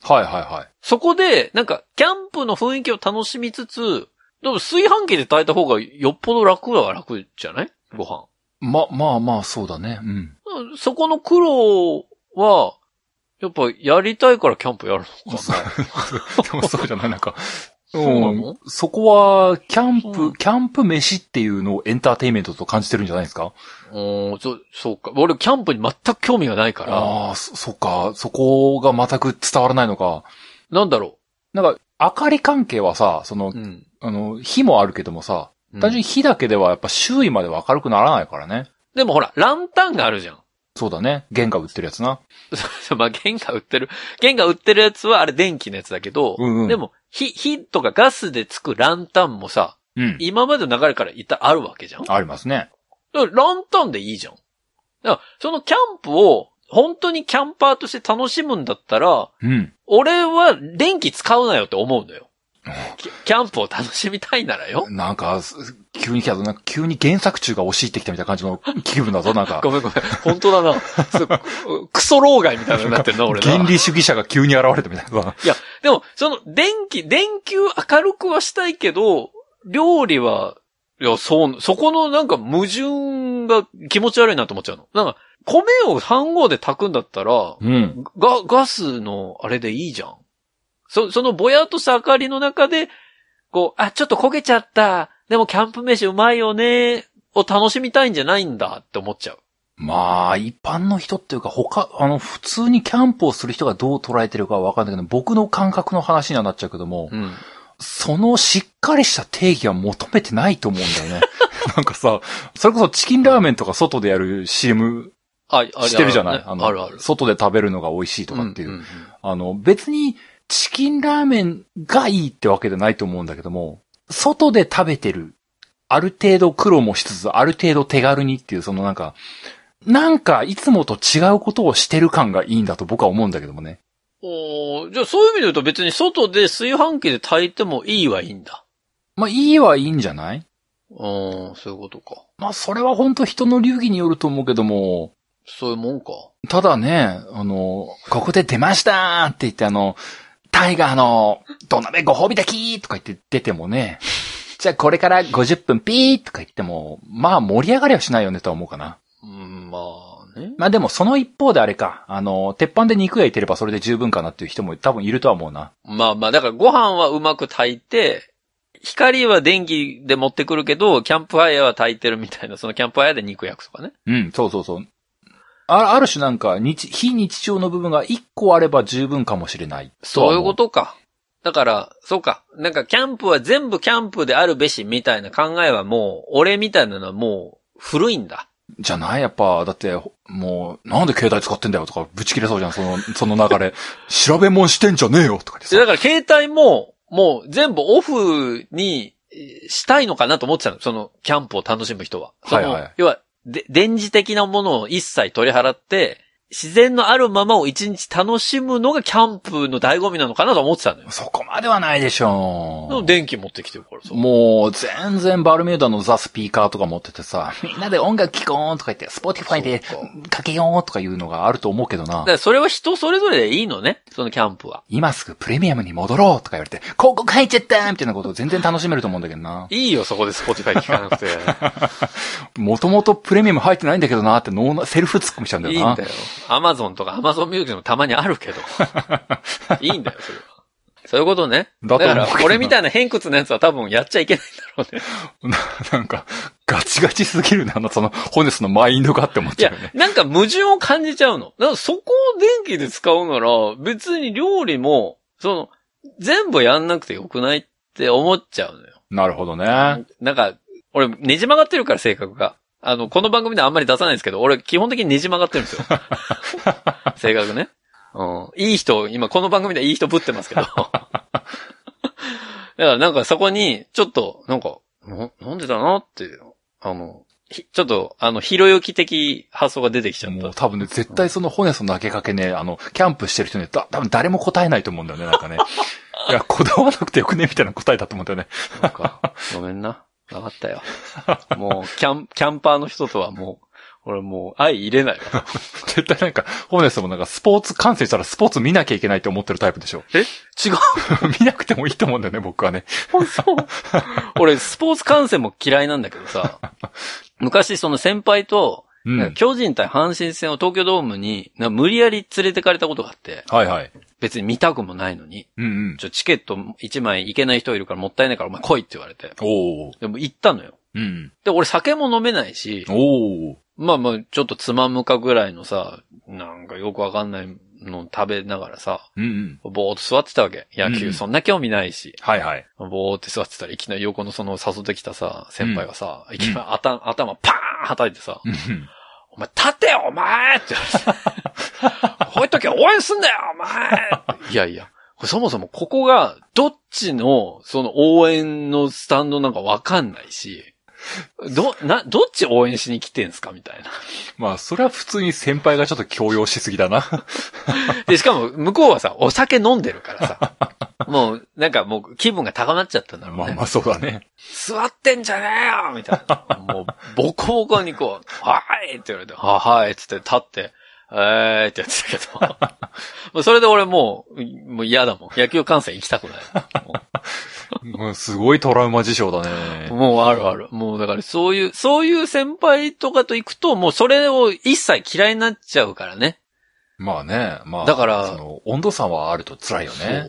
[SPEAKER 2] はいはいはい。
[SPEAKER 1] そこで、なんか、キャンプの雰囲気を楽しみつつ、でも炊飯器で炊いた方がよっぽど楽は楽じゃないご飯。
[SPEAKER 2] ま、まあまあそうだね。うん。
[SPEAKER 1] そこの苦労は、やっぱやりたいからキャンプやるのかな。
[SPEAKER 2] [laughs] でもそうじゃな
[SPEAKER 1] [laughs]
[SPEAKER 2] い、なんか。
[SPEAKER 1] うなの
[SPEAKER 2] んそこは、キャン
[SPEAKER 1] う
[SPEAKER 2] プ、キャンプ飯っていうのをエンターテインメントと感じてるんじゃないですか
[SPEAKER 1] おーそ、そうか。俺、キャンプに全く興味がないから、
[SPEAKER 2] ああ、そ、そっか。そこが全く伝わらないのか。
[SPEAKER 1] なんだろ
[SPEAKER 2] なんか、明かり関係はさ、その
[SPEAKER 1] う。、うん。
[SPEAKER 2] あの、火もあるけどもさ、単純に
[SPEAKER 1] に。
[SPEAKER 2] 火だけではやっぱ周囲までは明るくならないからね。
[SPEAKER 1] でもほら、ランタンがあるじゃん。 [laughs]
[SPEAKER 2] そうだね。弦が売ってるやつな。
[SPEAKER 1] まあ、弦が売ってる。弦が売ってるやつは、あれ電気のやつだけど、
[SPEAKER 2] うんうん
[SPEAKER 1] でも、火、火とかガスでつくランタンもさ、
[SPEAKER 2] うん。
[SPEAKER 1] 今までの流れから一旦あるわけじゃん。だか
[SPEAKER 2] ありますね。
[SPEAKER 1] らランタンでいいじゃん。だから、そのキャンプを、本当にキャンパーとして楽しむんだったら、
[SPEAKER 2] うん。
[SPEAKER 1] 俺は電気使うなよって思うの
[SPEAKER 2] [laughs]
[SPEAKER 1] よ。キキャンプを楽しみたいならよ。
[SPEAKER 2] なんか、す急に来たぞ。なんか急に原作中が押し入ってきたみたいな感じの気分だぞ。なんか、
[SPEAKER 1] ごめんごめん。本当だな。そうくクソ老害みたいなのになってるな、俺
[SPEAKER 2] 原
[SPEAKER 1] な。
[SPEAKER 2] 理主義者が急に現れたみたいな。
[SPEAKER 1] いや、でも、その、電気、電球明るくはしたいけど、料理は、いや、そう、そこのなんか矛盾が気持ち悪いなと思っちゃうの。なんか、米を飯合で炊くんだったら、
[SPEAKER 2] うん。
[SPEAKER 1] ガ、ガスのあれでいいじゃん。そ、そのぼやっとした明かりの中で、こう、あ、ちょっと焦げちゃった。でもキャンプ飯うまいよね。を楽しみたいんじゃないんだって思っちゃう。
[SPEAKER 2] まあ、一般の人っていうか、他、あの、普通にキャンプをする人がどう捉えてるかはわかんないけど、僕の感覚の話にはなっちゃうけども、
[SPEAKER 1] うん。
[SPEAKER 2] そのしっかりした定義は求めてないと思うんだよね。 [laughs] なんかさ、それこそチキンラーメンとか外でやる CM
[SPEAKER 1] あ、あるある
[SPEAKER 2] してるじゃない
[SPEAKER 1] あ
[SPEAKER 2] の、
[SPEAKER 1] るある。
[SPEAKER 2] 外で食べるのが美味しいとかっていう。
[SPEAKER 1] んんん
[SPEAKER 2] あの、別にチキンラーメンがいいってわけじゃないと思うんだけども、外で食べてる、ある程度苦労もしつつ、ある程度手軽にっていう、そのなんか、なんかいつもと違うことをしてる感がいいんだと僕は思うんだけどもね。
[SPEAKER 1] おーじゃあそういう意味で言うと別に外で炊飯器で炊いてもいいはいいんだ。
[SPEAKER 2] まあ、いいはいいんじゃないう
[SPEAKER 1] ーん、そういうことか。
[SPEAKER 2] まあ、それは本当人の流儀によると思うけども、
[SPEAKER 1] そういうもんか。
[SPEAKER 2] ただね、あの、ここで出ましたって言ってあの、タイガーの土鍋ご褒美だきとか言って出ても
[SPEAKER 1] [laughs]
[SPEAKER 2] ね、じゃあこれから50分ピーとか言っても、まあ盛り上がりはしないよねとは思うかな。
[SPEAKER 1] うん、まあね。
[SPEAKER 2] まあでもその一方であれか、あの、鉄板で肉焼いてればそれで十分かなっていう人も多分いるとは思うな。
[SPEAKER 1] まあまあ、だからご飯はうまく炊いて、光は電気で持ってくるけど、キャンプファイヤーは炊いてるみたいな、そのキャンプファイヤーで肉焼くとかね。
[SPEAKER 2] うん、そうそうそう。あある種なんか日、非日常の部分が一個あれば十分かもしれないとは
[SPEAKER 1] そう
[SPEAKER 2] 思。
[SPEAKER 1] いうことか。だから、そうか。なんかキャンプは全部キャンプであるべしみたいな考えはもう、俺みたいなのはもう古いんだ。
[SPEAKER 2] じゃないやっぱ、だって、もう、なんで携帯使ってんだよとか、ぶち切れそうじゃん、その、その流れ。 [laughs] 調べもんしてんじゃねえよとか言って
[SPEAKER 1] で、だ
[SPEAKER 2] さ
[SPEAKER 1] から携帯も、もう全部オフにえーしたいのかなと思ってたの。その、キャンプを楽しむ人は。その
[SPEAKER 2] はいはい
[SPEAKER 1] 要は、で、電磁的なものを一切取り払って、自然のあるままを一日楽しむのがキャンプの醍醐味なのかなと思ってたのよ。
[SPEAKER 2] そこまではないでしょ
[SPEAKER 1] でも電気持ってきてるからさ。
[SPEAKER 2] もう、全然バルミューダのザスピーカーとか持っててさ、みんなで音楽聴こうとか言って、スポティファイで
[SPEAKER 1] そうか
[SPEAKER 2] かけようとかいうのがあると思うけどな
[SPEAKER 1] だか。らそれは人それぞれでいいのね。そのキャンプは。
[SPEAKER 2] 今すぐプレミアムに戻ろうとか言われて、広告入っちゃったみたいなことを全然楽しめると思うんだけどな。
[SPEAKER 1] いいよ、そこで Spotify 聞かなくて。
[SPEAKER 2] もともとプレミアム入ってないんだけどなって脳のセルフ突っ込みしちゃうんだ
[SPEAKER 1] いい
[SPEAKER 2] よ
[SPEAKER 1] ん
[SPEAKER 2] な。
[SPEAKER 1] だよ。Amazon とか Amazon Music でもたまにあ
[SPEAKER 2] [laughs]
[SPEAKER 1] るけど。いいんだよ、それは。そういうことね。だ
[SPEAKER 2] だと思うけ
[SPEAKER 1] か
[SPEAKER 2] ど
[SPEAKER 1] ら、俺みたいな偏屈なやつは多分やっちゃい
[SPEAKER 2] [laughs]
[SPEAKER 1] けないんだろうね。
[SPEAKER 2] ななんか、ガチガチすぎるな、あのその、ホネスのマインドがって思っ
[SPEAKER 1] い
[SPEAKER 2] ちゃ
[SPEAKER 1] や
[SPEAKER 2] うよね。、
[SPEAKER 1] なんか矛盾を感じちゃうの。だからそこを電気で使うなら、別に料理も、その、全部やんなくてよくないって思っちゃうのよ。
[SPEAKER 2] なるほどね。
[SPEAKER 1] なんか、俺、ねじ曲がってるから性格が。あの、この番組ではあんまり出さないんですけど、俺基本的にねじ曲がってるんですよ。性格ね。うん。いい人、今この番組ではいい人ぶってますけど。だからなんかそこに、ちょっと、なんか、ななんでだなっていう、あの、ひちょっと、あの、ひろゆき的発想が出てきちゃった
[SPEAKER 2] もう。多分ね、絶対そのホネスの投げかけね、あの、キャンプしてる人ね、た多分誰も答えないと思うんだよね、なん
[SPEAKER 1] [laughs]
[SPEAKER 2] かね。いや、こだわらなくてよくね、みたいな答えだと思うんだよね。
[SPEAKER 1] なんか、ごめんな。わかったよ。もう、キャン、キャンパーの人とはもう、俺もう、相入れないわ。
[SPEAKER 2] 絶対なんか、ホネスもなんかスポーツ観戦したらスポーツ見なきゃいけないって思ってるタイプでしょ。
[SPEAKER 1] え違う
[SPEAKER 2] [laughs] 見なくてもいいと思うんだよね、僕はね。
[SPEAKER 1] そう。俺、スポーツ観戦も嫌いなんだけど
[SPEAKER 2] [laughs]
[SPEAKER 1] さ、昔その先輩と、
[SPEAKER 2] うん。
[SPEAKER 1] 巨人対阪神戦を東京ドームに、な無理やり連れてかれたことがあって、
[SPEAKER 2] はいはい。
[SPEAKER 1] 別に見たくもないのに、
[SPEAKER 2] うんうん。
[SPEAKER 1] ちょ、チケット1枚行けない人いるからもったいないからお前来いって言われて。
[SPEAKER 2] おー。
[SPEAKER 1] でも行ったのよ。
[SPEAKER 2] うん。
[SPEAKER 1] で、俺酒も飲めないし、
[SPEAKER 2] おー。
[SPEAKER 1] まあまあ、ちょっとつまむかぐらいのさ、なんかよくわかんないの食べながらさ、
[SPEAKER 2] うんうん。
[SPEAKER 1] ぼーっと座ってたわけ。野
[SPEAKER 2] う
[SPEAKER 1] 球
[SPEAKER 2] ん
[SPEAKER 1] そんな興味ないし、
[SPEAKER 2] はいはい。
[SPEAKER 1] ぼーって座ってたらいきなり横のその誘ってきたさ、先輩がさ、いきなり
[SPEAKER 2] う
[SPEAKER 1] 頭頭パーン叩いてさ、
[SPEAKER 2] うんうん
[SPEAKER 1] お前立てよお前って言われて。こういう時は応援すんだよお前いやいや、これそもそもここがどっちのその応援のスタンドなんかわかんないし、ど、な、どっち応援しに来てんすかみたいな。
[SPEAKER 2] まあ、それは普通に先輩がちょっと強要しすぎだな。
[SPEAKER 1] で、しかも、向こうはさ、お酒飲んでるからさ。もう、なんかもう、気分が高まっちゃったんだろうね。
[SPEAKER 2] [laughs] まあまあ、そうだね。
[SPEAKER 1] 座ってんじゃねえよみたいな。もう、ボコボコにこう、はいって言われて、ははいっつって立って、えーってやってたけど。 [laughs] もうそれで俺もう、もう嫌だもん。野球観戦行きたくない。も
[SPEAKER 2] うんすごいトラウマ事象だね [laughs]
[SPEAKER 1] う。もうあるある。もうだからそういう、そういう先輩とかと行くと、もうそれを一切嫌いになっちゃうからね。
[SPEAKER 2] まあね、まあ。
[SPEAKER 1] だから
[SPEAKER 2] その、温度差はあると辛いよね。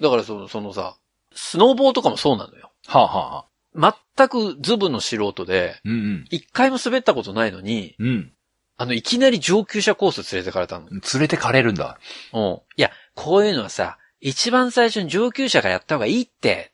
[SPEAKER 1] そう。だからその、そのさ、スノーボーとかもそうなのよ。
[SPEAKER 2] はあ、はあはあ、
[SPEAKER 1] 全くズブの素人で、
[SPEAKER 2] うん
[SPEAKER 1] 一回も滑ったことないのに、
[SPEAKER 2] うん。うん。
[SPEAKER 1] あの、いきなり上級者コース連れてかれたの。
[SPEAKER 2] 連れてかれるん [laughs] だ。
[SPEAKER 1] うん。いや、こういうのはさ、一番最初に上級者がやった方がいいって。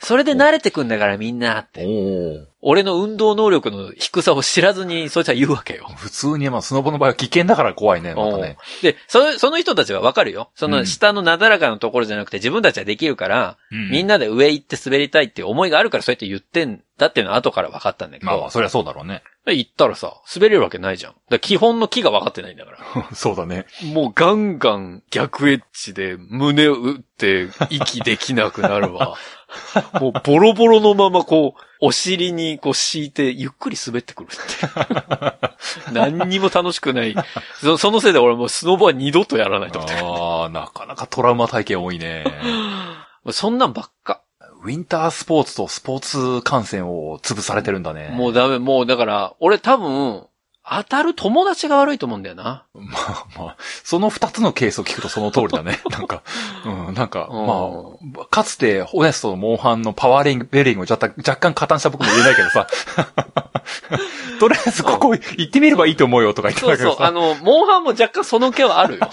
[SPEAKER 1] それで慣れてくんだからみんなっ
[SPEAKER 2] お
[SPEAKER 1] て。
[SPEAKER 2] ー
[SPEAKER 1] 俺の運動能力の低さを知らずに、そいつは言うわけよ。
[SPEAKER 2] 普通に、まあ、スノボの場合は危険だから怖いね、またね。
[SPEAKER 1] で、そ、その人たちはわかるよ。そうの
[SPEAKER 2] ん
[SPEAKER 1] 下のなだらかなところじゃなくて自分たちはできるから、みん
[SPEAKER 2] な、
[SPEAKER 1] なで上行って滑りたいっていう思いがあるからそうやって言ってんだっていうのは後から分かったんだけど、
[SPEAKER 2] まあまあ、そりゃそうだろうね。
[SPEAKER 1] で行ったらさ、滑れるわけないじゃん。だから基本の木が分かってないんだから。
[SPEAKER 2] [laughs] そうだね。
[SPEAKER 1] もうガンガン逆エッジで胸を打って息できなくなる
[SPEAKER 2] [laughs]
[SPEAKER 1] わ。もうボロボロのままこう、お尻にこう敷いてゆっくり滑ってくるって。何にも楽しくない。そそのせいで俺もうスノボは二度とやらないと思って
[SPEAKER 2] ああ、なかなかトラウマ体験多い [laughs] ね。
[SPEAKER 1] る。そんなんばっか。
[SPEAKER 2] ウィンタースポーツとスポーツ観戦を潰されてるんだね。
[SPEAKER 1] もうダメ、もうだから、俺多分、当たる友達が悪いと思うんだよな。
[SPEAKER 2] まあまあ、その二つのケースを聞くとその通り
[SPEAKER 1] [laughs]
[SPEAKER 2] だね。なんか、うん、なんか、
[SPEAKER 1] う
[SPEAKER 2] まあ、かつて、ホネストのモンハンのパワーレンベリングを若干若干加担した僕も言えないけどさ。 [laughs] とりあえずここ行ってみればいいと思うよとか言って
[SPEAKER 1] そう
[SPEAKER 2] たけ
[SPEAKER 1] そ
[SPEAKER 2] ど
[SPEAKER 1] う。あ
[SPEAKER 2] さ。
[SPEAKER 1] の、モンハンも若干その気はあるよ。
[SPEAKER 2] [laughs]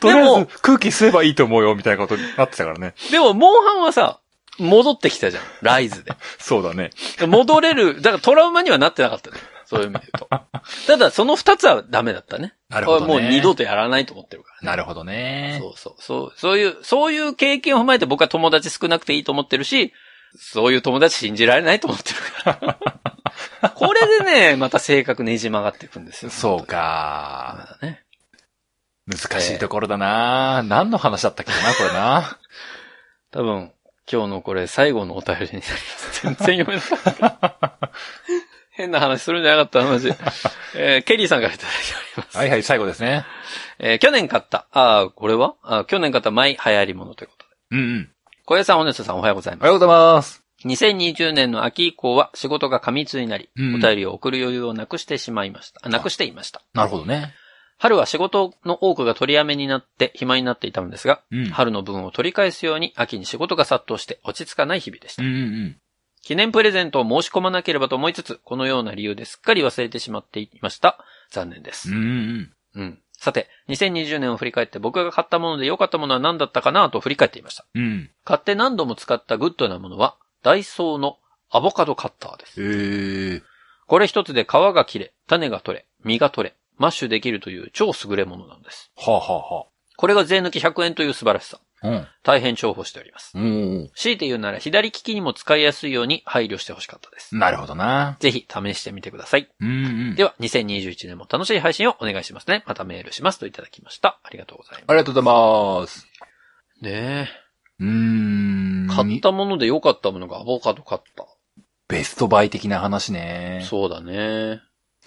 [SPEAKER 2] とりあ
[SPEAKER 1] で
[SPEAKER 2] え
[SPEAKER 1] も
[SPEAKER 2] ず空気吸えばいいと思うよみたいなことになってたからね。
[SPEAKER 1] でも、モンハンはさ、戻ってきたじゃん。ライズで。
[SPEAKER 2] そうだね。
[SPEAKER 1] 戻れる、だからトラウマにはなってなかったね。そういう意味で言うと。ただ、その二つはダメだったね。
[SPEAKER 2] なるほどね
[SPEAKER 1] これもう二度とやらないと思ってるからね。
[SPEAKER 2] なるほどね。
[SPEAKER 1] そうそう。そう、そういう、そういう経験を踏まえて僕は友達少なくていいと思ってるし、そういう友達信じられないと思ってるか
[SPEAKER 2] [laughs]
[SPEAKER 1] これでね、また性格ねじ曲がっていくんですよ。
[SPEAKER 2] そう
[SPEAKER 1] 本
[SPEAKER 2] か。
[SPEAKER 1] 当に。だね。
[SPEAKER 2] 難しいところだな、何の話だったっけな、こ
[SPEAKER 1] [laughs]
[SPEAKER 2] れな。
[SPEAKER 1] 多分、今日のこれ最後のお便りになります。全然読めなかった。
[SPEAKER 2] [laughs]
[SPEAKER 1] 変な話するんじゃなかった、マジ。えーケリーさんからいただいております。
[SPEAKER 2] はいはい、最後ですね。
[SPEAKER 1] えー去年買った、あーこれはあー去年買ったマイ流行り物ということで。
[SPEAKER 2] うんうん。
[SPEAKER 1] 小江さん、おねさん、おはようござい
[SPEAKER 2] お
[SPEAKER 1] ま
[SPEAKER 2] はようございます。
[SPEAKER 1] す。2020年の秋以降は仕事が過密になり、
[SPEAKER 2] うん
[SPEAKER 1] お便りを送る余裕をなくしてしまいました。あなくしていました。
[SPEAKER 2] なるほどね。
[SPEAKER 1] 春は仕事の多くが取りやめになって暇になっていたのですが、
[SPEAKER 2] うん。
[SPEAKER 1] 春の分を取り返すように秋に仕事が殺到して落ち着かない日々でした
[SPEAKER 2] うん。うん
[SPEAKER 1] 記念プレゼントを申し込まなければと思いつつ、このような理由ですっかり忘れてしまっていました。残念で
[SPEAKER 2] う
[SPEAKER 1] す。
[SPEAKER 2] ん。うんうん
[SPEAKER 1] うん。さて、2020年を振り返って僕が買ったもので良かったものは何だったかなと振り返っていました。
[SPEAKER 2] うん。うん。
[SPEAKER 1] 買って何度も使ったグッドなものは、ダイソーのアボカドカッターです。
[SPEAKER 2] ええ
[SPEAKER 1] これ一つで皮が切れ、種が取れ、実が取れ、マッシュできるという超優れものなんです。
[SPEAKER 2] はあ、は
[SPEAKER 1] これが税抜き100円という素晴らしさ。
[SPEAKER 2] あ、はあ。
[SPEAKER 1] 大変重宝しております。
[SPEAKER 2] うん。うん。
[SPEAKER 1] 強いて言うなら左利きにも使いやすいように配慮してほしかったです。
[SPEAKER 2] なるほどな。
[SPEAKER 1] ぜひ試してみてください。
[SPEAKER 2] うんうん。
[SPEAKER 1] では、2021年も楽しい配信をお願いしますね。またメールしますといただきました。ありがとうございま
[SPEAKER 2] ありがとうございます。
[SPEAKER 1] す。ね
[SPEAKER 2] うーん
[SPEAKER 1] え。。買ったもので良かったものがアボカドカッタ
[SPEAKER 2] ベストバイ的な話
[SPEAKER 1] ー。
[SPEAKER 2] ね。
[SPEAKER 1] そうだね。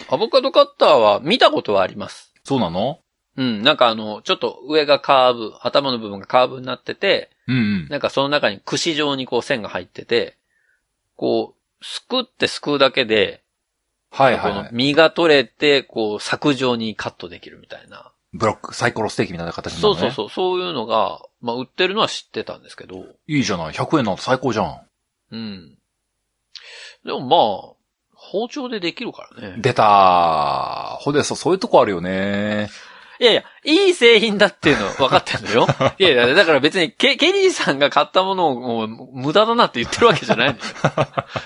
[SPEAKER 1] アボカドカッターは見たことはあります。
[SPEAKER 2] そうなの
[SPEAKER 1] うん、なんかあの、ちょっと上がカーブ、頭の部分がカーブになってて、
[SPEAKER 2] うんうん。
[SPEAKER 1] なんかその中に串状にこう線が入ってて、こう、すくってすくうだけで、
[SPEAKER 2] はいはいは
[SPEAKER 1] この
[SPEAKER 2] い。
[SPEAKER 1] 身が取れて、こう、削状にカットできるみたいな。
[SPEAKER 2] ブロック、サイコロステーキみたいな形にな
[SPEAKER 1] そ
[SPEAKER 2] る
[SPEAKER 1] う
[SPEAKER 2] ね。
[SPEAKER 1] そうそう、そういうのが、まあ、売ってるのは知ってたんですけど、
[SPEAKER 2] いいじゃない。100円なんて最高じゃん。
[SPEAKER 1] うん。でもまあ、包丁でできるからね。
[SPEAKER 2] 出たー。ほでさ、そういうとこあるよね。
[SPEAKER 1] いやいや、いい製品だっていうのは分かってんの [laughs] よ。いやいや、だから別にケ、ケリーさんが買ったものをもう無駄だなって言ってるわけじゃない [laughs] のよ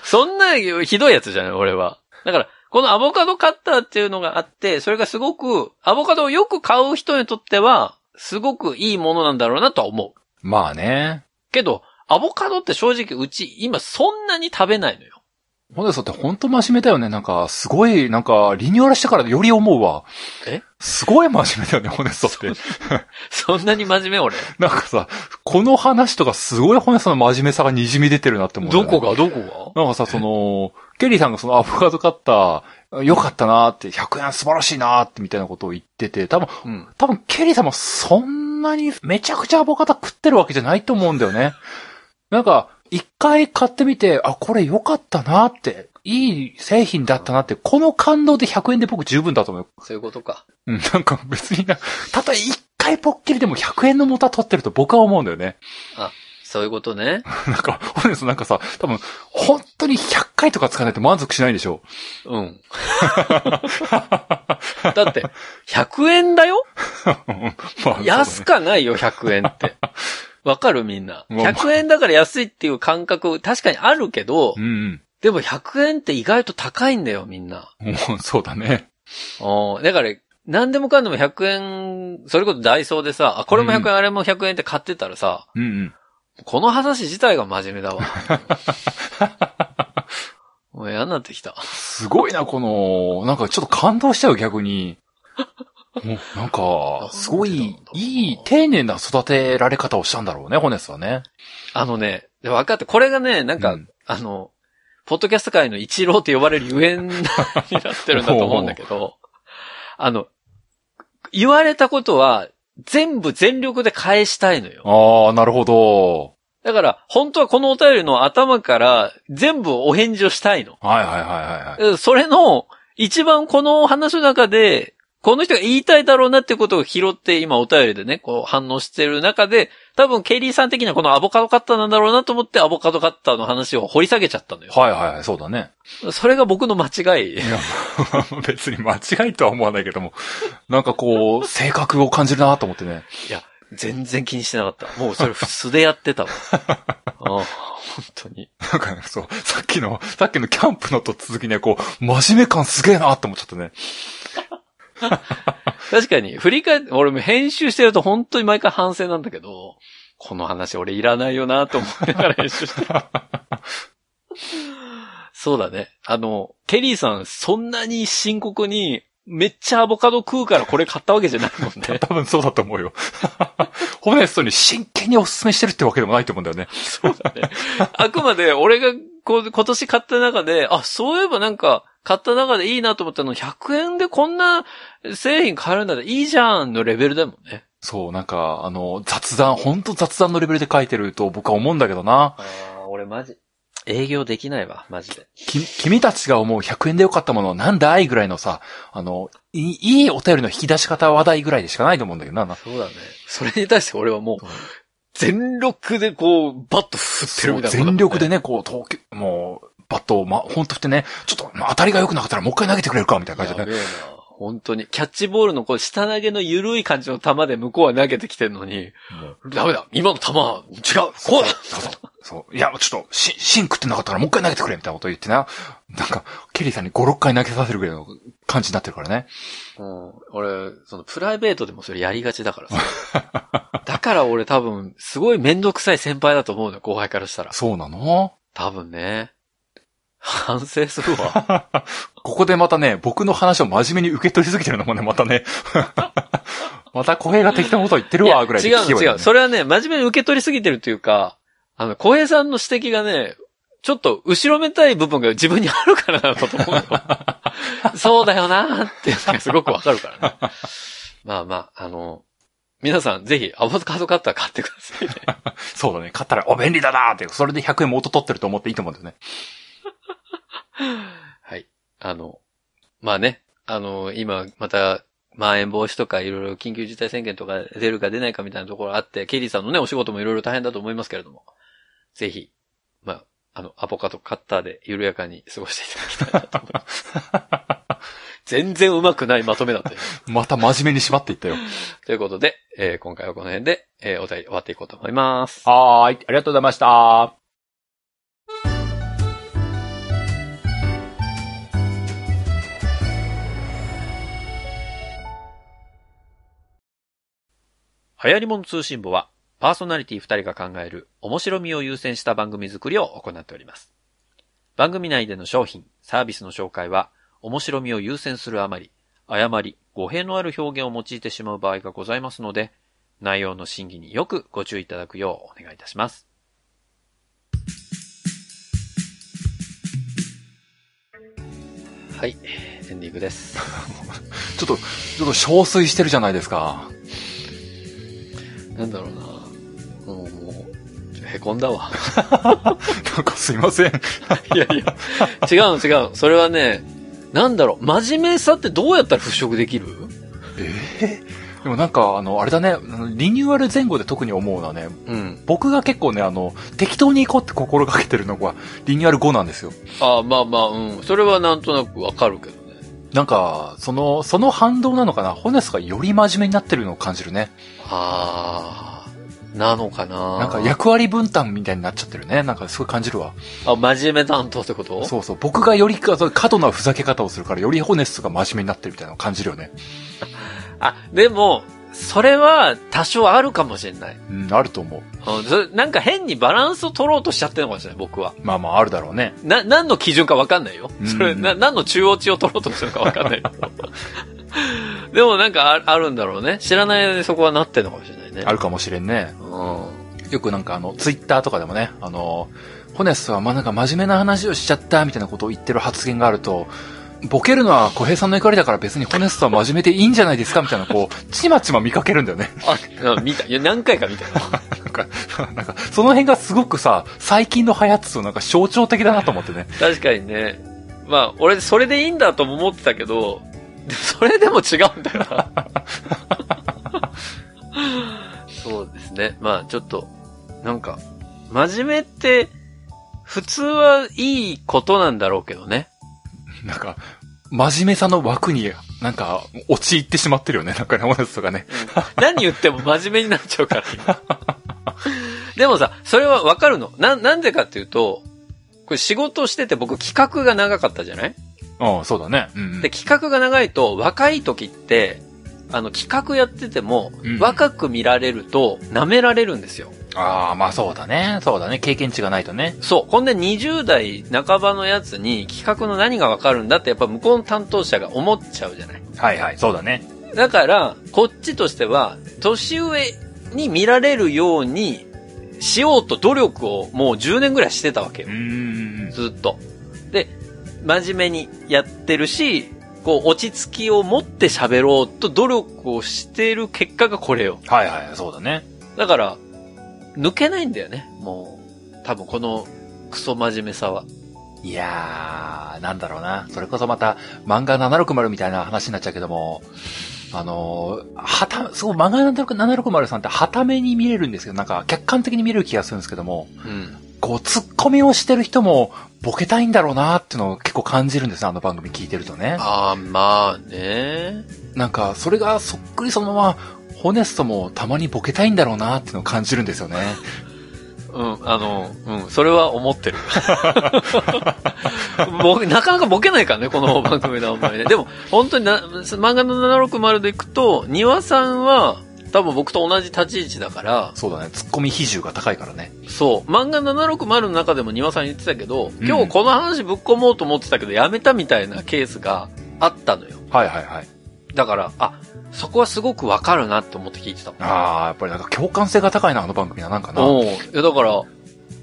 [SPEAKER 1] そんなひどいやつじゃない、俺は。だから、このアボカドカッターっていうのがあって、それがすごく、アボカドをよく買う人にとっては、すごくいいものなんだろうなとは思う。
[SPEAKER 2] まあね。
[SPEAKER 1] けど、アボカドって正直うち今そんなに食べないのよ。
[SPEAKER 2] ほでさってほんと真面目だよね。なんか、すごい、なんか、リニューアルしてからより思うわ。
[SPEAKER 1] え
[SPEAKER 2] すごい真面目だよね、ほでさって。
[SPEAKER 1] そんなに真面目俺。
[SPEAKER 2] なんかさ、この話とかすごいほでさの真面目さが滲み出てるなって思う、
[SPEAKER 1] どこがどこ
[SPEAKER 2] なんかさ、その、ケリーさんがそのアボカドカッター、良かったなーって、100円素晴らしいなーってみたいなことを言ってて、多分、
[SPEAKER 1] がうん。
[SPEAKER 2] 多分ケリーさんもそんなにめちゃくちゃアボカド食ってるわけじゃないと思うんだよね。なんか、一回買ってみて、あ、これ良かったなーって、いい製品だったなって、この感動で100円で僕十分だと思う。
[SPEAKER 1] そういうことか。
[SPEAKER 2] うん、なんか別にな、たとえ一回ぽっきりでも100円のもた取ってると僕は思うんだよね。
[SPEAKER 1] そういうことね。
[SPEAKER 2] なんか、ほんですなんかさ、多分、本当に100回とか使わないと満足しないでしょ。
[SPEAKER 1] うん。だって、100円だよ
[SPEAKER 2] [laughs] まあ
[SPEAKER 1] 安かないよ、100円って。わかるみんな。
[SPEAKER 2] まあまあ
[SPEAKER 1] 100円だから安いっていう感覚、確かにあるけど
[SPEAKER 2] う、ん
[SPEAKER 1] でも100円って意外と高いんだよ、みんな。
[SPEAKER 2] うん。もうそうだね。
[SPEAKER 1] うんだから、何でもかんでも100円、それこそダイソーでさ、あ、これも100円、あれも100円って買ってたらさ、
[SPEAKER 2] うんうん。
[SPEAKER 1] この話自体が真面目だわ。もう嫌になってきた。
[SPEAKER 2] すごいな、この、なんかちょっと感動しちゃう、逆に。もうなんか、すごい、いい、丁寧な育てられ方をしたんだろうね、ホネスはね。
[SPEAKER 1] あのね、で分かって、これがね、なんか、
[SPEAKER 2] うん
[SPEAKER 1] あの、ポッドキャスト界の一郎と呼ばれるゆえんになってるんだと思うんだけど、あの、言われたことは全部全力で返したいのよ。
[SPEAKER 2] ああ、なるほど。
[SPEAKER 1] だから、本当はこのお便りの頭から全部お返事をしたいの。
[SPEAKER 2] はいはいはいはい。
[SPEAKER 1] うんそれの、一番この話の中で、この人が言いたいだろうなっていうことを拾って、今お便りでね、こう反応してる中で、多分ケリーさん的にはこのアボカドカッターなんだろうなと思って、アボカドカッターの話を掘り下げちゃったのよ。
[SPEAKER 2] はいはいはい、そうだね。 [laughs]
[SPEAKER 1] それが僕の間違い
[SPEAKER 2] い。や、別に間違いとは思わないけども、なんかこう、性格を感じるなと思ってね。
[SPEAKER 1] 全然気にしてなかった。もうそれ素でやってたわ。ああ本当に。
[SPEAKER 2] なんかね、そう、さっきの、さっきのキャンプのと続きね、こう、真面目感すげえなと思っちゃったね。
[SPEAKER 1] 確かに、振り返って、俺も編集してると本当に毎回反省なんだけど、この話俺いらないよなと思いながら編集してる。そうだね。あの、テリーさん、そんなに深刻に、めっちゃアボカド食うからこれ買ったわけじゃないもんね。
[SPEAKER 2] 多分そうだと思うよ。 [laughs] ホネストに真剣にお勧めしてるってわけでもないと思うんだよね。
[SPEAKER 1] そうだね。あくまで、俺がこ今年買った中で、あ、そういえばなんか、買った中でいいなと思ったの、100円でこんな製品買えるんだっていいじゃんのレベルだもんね。
[SPEAKER 2] そう、なんか、あの、雑談、ほんと雑談のレベルで書いてると僕は思うんだけどな。
[SPEAKER 1] ああ、俺マジ。営業できないわ、マジで。
[SPEAKER 2] き、君たちが思う100円でよかったものはなんだいぐらいのさ、あの、いいいお便りの引き出し方話題ぐらいでしかないと思うんだけどな。な
[SPEAKER 1] そうだね。それに対して俺はもう、全力でこう、バッと振ってるみたいなことだもんね、
[SPEAKER 2] 全力でね、こう、東京、もう、バットを、ま、ほんと振ってね、ちょっと、まあ当たりが良くなかったらもう一回投げてくれるか、みたいな感じで
[SPEAKER 1] や
[SPEAKER 2] ね。
[SPEAKER 1] べえな。本当に。キャッチボールのこう、下投げの緩い感じの球で向こうは投げてきてるのに、
[SPEAKER 2] うん
[SPEAKER 1] ダメだ今の球は違うこうだ
[SPEAKER 2] そうそう。そう。いや、ちょっと、し、シン食ってなかったからもう一回投げてくれみたいなこと言ってな。なんか、ケリーさんに5、6回投げさせるぐらいの感じになってるからね。
[SPEAKER 1] うん。俺、その、プライベートでもそれやりがちだからさ。
[SPEAKER 2] [laughs]
[SPEAKER 1] だから俺多分、すごいめんどくさい先輩だと思うのよ、後輩からしたら。
[SPEAKER 2] そうなの
[SPEAKER 1] 多分ね。反省するわ。
[SPEAKER 2] ここでまたね、僕の話を真面目に受け取りすぎてるのもね、またね。 [laughs] また小平が適当なこと言ってるわ、ぐらいで
[SPEAKER 1] いや
[SPEAKER 2] 聞
[SPEAKER 1] 違
[SPEAKER 2] け
[SPEAKER 1] う
[SPEAKER 2] ば
[SPEAKER 1] の違
[SPEAKER 2] いいの
[SPEAKER 1] う。
[SPEAKER 2] に、
[SPEAKER 1] それはね、真面目に受け取りすぎてるというか、あの、小平さんの指摘がね、ちょっと後ろめたい部分が自分にあるからなのかと思うよ。そうだよなーっていうのがすごくわかるからね。まあまあ、あの、皆さんぜひアボカドカッター買ってくださいね。
[SPEAKER 2] そうだね。買ったら、お便利だなーって、それで100円元取ってると思っていいと思うんだよね。
[SPEAKER 1] はい。あの、まあね、あの、今、また、まん延防止とかいろいろ緊急事態宣言とか出るか出ないかみたいなところあって、ケリーさんのね、お仕事もいろいろ大変だと思いますけれども、ぜひ、まあ、あの、アボカドカッターで緩やかに過ごしていただきたいなと思います。全然うまくないまとめだったよ。
[SPEAKER 2] また真面目に縛っていったよ。
[SPEAKER 1] ということで、えー今回はこの辺で、えーお題終わっていこうと思います。
[SPEAKER 2] はーい。ありがとうございました。
[SPEAKER 1] 流行り物通信簿は、パーソナリティ2人が考える面白みを優先した番組作りを行っております。番組内での商品、サービスの紹介は、面白みを優先するあまり、誤り、語弊のある表現を用いてしまう場合がございますので、内容の審議によくご注意いただくようお願いいたします。はい、エンディングです。
[SPEAKER 2] ちょっと、ちょっと、憔悴してるじゃないですか。
[SPEAKER 1] [laughs]
[SPEAKER 2] [laughs]
[SPEAKER 1] なんだろうなもう、もう、へこんだわ。
[SPEAKER 2] なんかすいません。
[SPEAKER 1] いやいや、違うの違うの。それはね、なんだろう、真面目さってどうやったら払拭できる
[SPEAKER 2] ええでもなんか、あの、あれだね、リニューアル前後で特に思うのはね、
[SPEAKER 1] うん。
[SPEAKER 2] 僕が結構ね、あの、適当に行こうって心がけてるのが、リニューアル後なんですよ。
[SPEAKER 1] ああ、まあまあ、うん。それはなんとなくわかるけどね。
[SPEAKER 2] なんか、その、その反動なのかな、ホネスがより真面目になってるのを感じるね。
[SPEAKER 1] ああ、なのかな
[SPEAKER 2] なんか役割分担みたいになっちゃってるね。なんかすごい感じるわ。
[SPEAKER 1] あ、真面目担当ってこと
[SPEAKER 2] そうそう。僕がよりか過度なふざけ方をするから、よりホネスが真面目になってるみたいなのを感じるよね。
[SPEAKER 1] あ、でも、それは多少あるかもしれない。
[SPEAKER 2] うん、あると思う。
[SPEAKER 1] うんそれなんか変にバランスを取ろうとしちゃってるのかもしれない、僕は。
[SPEAKER 2] まあまあ、あるだろうね。
[SPEAKER 1] な、何の基準か分かんないよ
[SPEAKER 2] う。ん
[SPEAKER 1] それ、な、何の中央値を取ろうとしてるのか分か
[SPEAKER 2] [laughs]
[SPEAKER 1] んないけど。でもなんかああるんだろうね。知らない間にそこはなってんのかもしれないね。
[SPEAKER 2] あるかもしれんね。
[SPEAKER 1] うん。
[SPEAKER 2] よくなんかあの、ツイッターとかでもね、あの、ホネスはまあなんか真面目な話をしちゃったみたいなことを言ってる発言があると、ボケるのは小平さんの怒りだから別にホネスは真面目でいいんじゃないですかみたいなこう、ちまちま見かけるんだよね。 [laughs]
[SPEAKER 1] あ、な見た。いや、何回か見たよ。
[SPEAKER 2] なんか、なんか、その辺がすごくさ、最近の流行ってとなんか象徴的だなと思ってね。
[SPEAKER 1] 確かにね。まあ、俺、それでいいんだとも思ってたけど、でもそれでも違うんだよ
[SPEAKER 2] [laughs]
[SPEAKER 1] な。そうですね。まあ、ちょっと、なんか、真面目って、普通はいいことなんだろうけどね。
[SPEAKER 2] なんか、真面目さの枠に、なんか、陥ってしまってるよね。なんかね、ホネスとかね。
[SPEAKER 1] 何言っても真面目になっちゃうから。今でもさ、それはわかるの。な、なんでかっていうと、これ仕事してて僕企画が長かったじゃない
[SPEAKER 2] うん、そうだね。うんうん。
[SPEAKER 1] で、企画が長いと若い時って、あの、企画やってても、
[SPEAKER 2] うん
[SPEAKER 1] 若く見られると、舐められるんですよ。
[SPEAKER 2] ああ、まあそうだね。そうだね。経験値がないとね。
[SPEAKER 1] そう。ほんで、20代半ばのやつに、企画の何がわかるんだって、やっぱ向こうの担当者が思っちゃうじゃない。
[SPEAKER 2] はいはい。そうだね。
[SPEAKER 1] だから、こっちとしては、年上に見られるように、しようと努力をもう10年ぐらいしてたわけよ
[SPEAKER 2] うー。ん。
[SPEAKER 1] ずっと。で、真面目にやってるし、こう、落ち着きを持って喋ろうと努力をしてる結果がこれよ。
[SPEAKER 2] はいはい。そうだね。
[SPEAKER 1] だから、抜けないんだよね。もう、多分この、クソ真面目さは。
[SPEAKER 2] いやー、なんだろうな。それこそまた、漫画760みたいな話になっちゃうけども、あのー、はた、すごい漫画760さんって、はために見れるんですけど、なんか、客観的に見れる気がするんですけども、
[SPEAKER 1] うん。
[SPEAKER 2] こう、突っ込みをしてる人も、ボケたいんだろうなっていうのを結構感じるんですねあの番組聞いてるとね。
[SPEAKER 1] ああ、まあね。
[SPEAKER 2] なんか、それがそっくりそのまま、ホネストもたまにボケたいんだろうなっていうのを感じるんですよね。
[SPEAKER 1] うん、あの、うん、それは思ってる。僕、なかなかボケないからね、この番組のあんまりね。でも、本当にな、漫画の760でいくと、庭さんは、多分僕と同じ立ち位置だから、
[SPEAKER 2] そうだね。突っ込み比重が高いからね。
[SPEAKER 1] そう、漫画760の中でも庭さん言ってたけど、
[SPEAKER 2] うん
[SPEAKER 1] 今日この話ぶっ込もうと思ってたけど、やめたみたいなケースがあったのよ。
[SPEAKER 2] はいはいはい。
[SPEAKER 1] だから、あ、そこはすごくわかるなって思って聞いてたもん。
[SPEAKER 2] ああ、やっぱりなんか共感性が高いな、あの番組は。なんかな。
[SPEAKER 1] うん。いや、だから、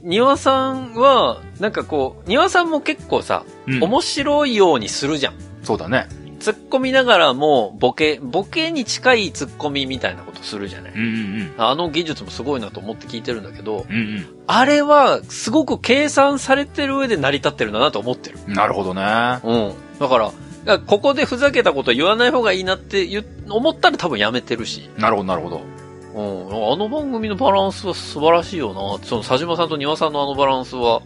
[SPEAKER 1] 庭さんは、なんかこう、庭さんも結構さ、
[SPEAKER 2] うん
[SPEAKER 1] 面白いようにするじゃん。
[SPEAKER 2] そうだね。
[SPEAKER 1] 突っ込みながらも、ボケ、ボケに近い突っ込みみたいなことするじゃない。
[SPEAKER 2] うんうん
[SPEAKER 1] あの技術もすごいなと思って聞いてるんだけど、
[SPEAKER 2] うん。うん
[SPEAKER 1] あれはすごく計算されてる上で成り立ってるんだなと思ってる。
[SPEAKER 2] うん。なるほどね。あ
[SPEAKER 1] うん。だから、だからここでふざけたこと言わない方がいいなって言う思ったら多分やめてるし。
[SPEAKER 2] なるほど、なるほど。
[SPEAKER 1] うん。あの番組のバランスは素晴らしいよな。その、佐島さんと庭さんのあのバランスは、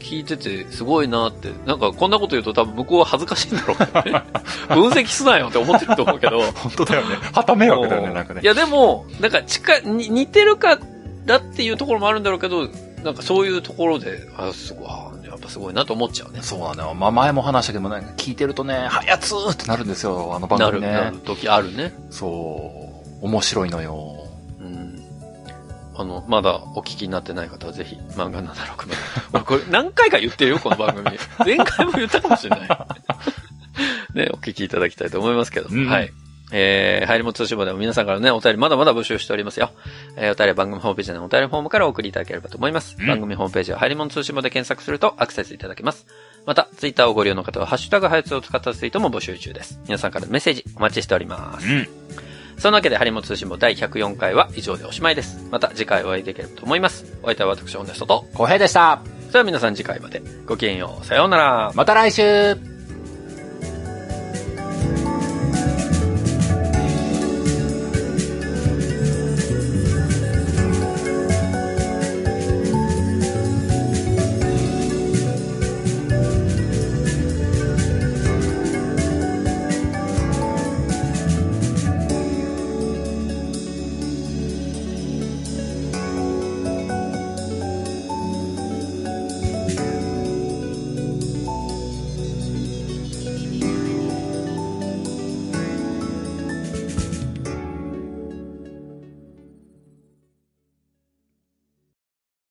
[SPEAKER 1] 聞いててすごいなって。なんか、こんなこと言うと多分向こうは恥ずかしいんだろうけどね。分析すなよって思ってると思うけど。
[SPEAKER 2] 本当だよね。はた迷惑だよ
[SPEAKER 1] う
[SPEAKER 2] ね、なんかね
[SPEAKER 1] い。や、でも、なんか、近い、に似てるからっていうところもあるんだろうけど、なんかそういうところで、あ、すごい、あやっぱすごいなと思っちゃうね。
[SPEAKER 2] そうなんだよ。まあ、前も話したけども、なんか聞いてるとね、はやつーってなるんですよ、あの番
[SPEAKER 1] な
[SPEAKER 2] 組
[SPEAKER 1] る、
[SPEAKER 2] ね。
[SPEAKER 1] なる時あるね。
[SPEAKER 2] そう。面白いのよ。
[SPEAKER 1] うんあの、まだお聞きになってない方はぜひ、漫画760。俺
[SPEAKER 2] [laughs]
[SPEAKER 1] これ何回か言ってるよ、この番組。前回も言ったかもしれない。 [laughs] ね、お聞きいただきたいと思いますけど。
[SPEAKER 2] うん
[SPEAKER 1] はい。えー、入りも通信簿でも皆さんからね、お便りまだまだ募集しておりますよ。えー、お便りは番組ホームページのお便りフォームからお送りいただければと思います。
[SPEAKER 2] うん
[SPEAKER 1] 番組ホームページは入りも通信簿で検索するとアクセスいただけます。また、ツイッターをご利用の方は、ハッシュタグハイツを使ったツイートも募集中です。皆さんからのメッセージお待ちしております。
[SPEAKER 2] うん。
[SPEAKER 1] そんなわけで、ハリモ通信も第104回は以上でおしまいです。また次回お会いできればと思います。お相手は私、本田人と。
[SPEAKER 2] 小平でした。
[SPEAKER 1] それでは皆さん次回まで。ごきげんよう。さようなら。
[SPEAKER 2] また来週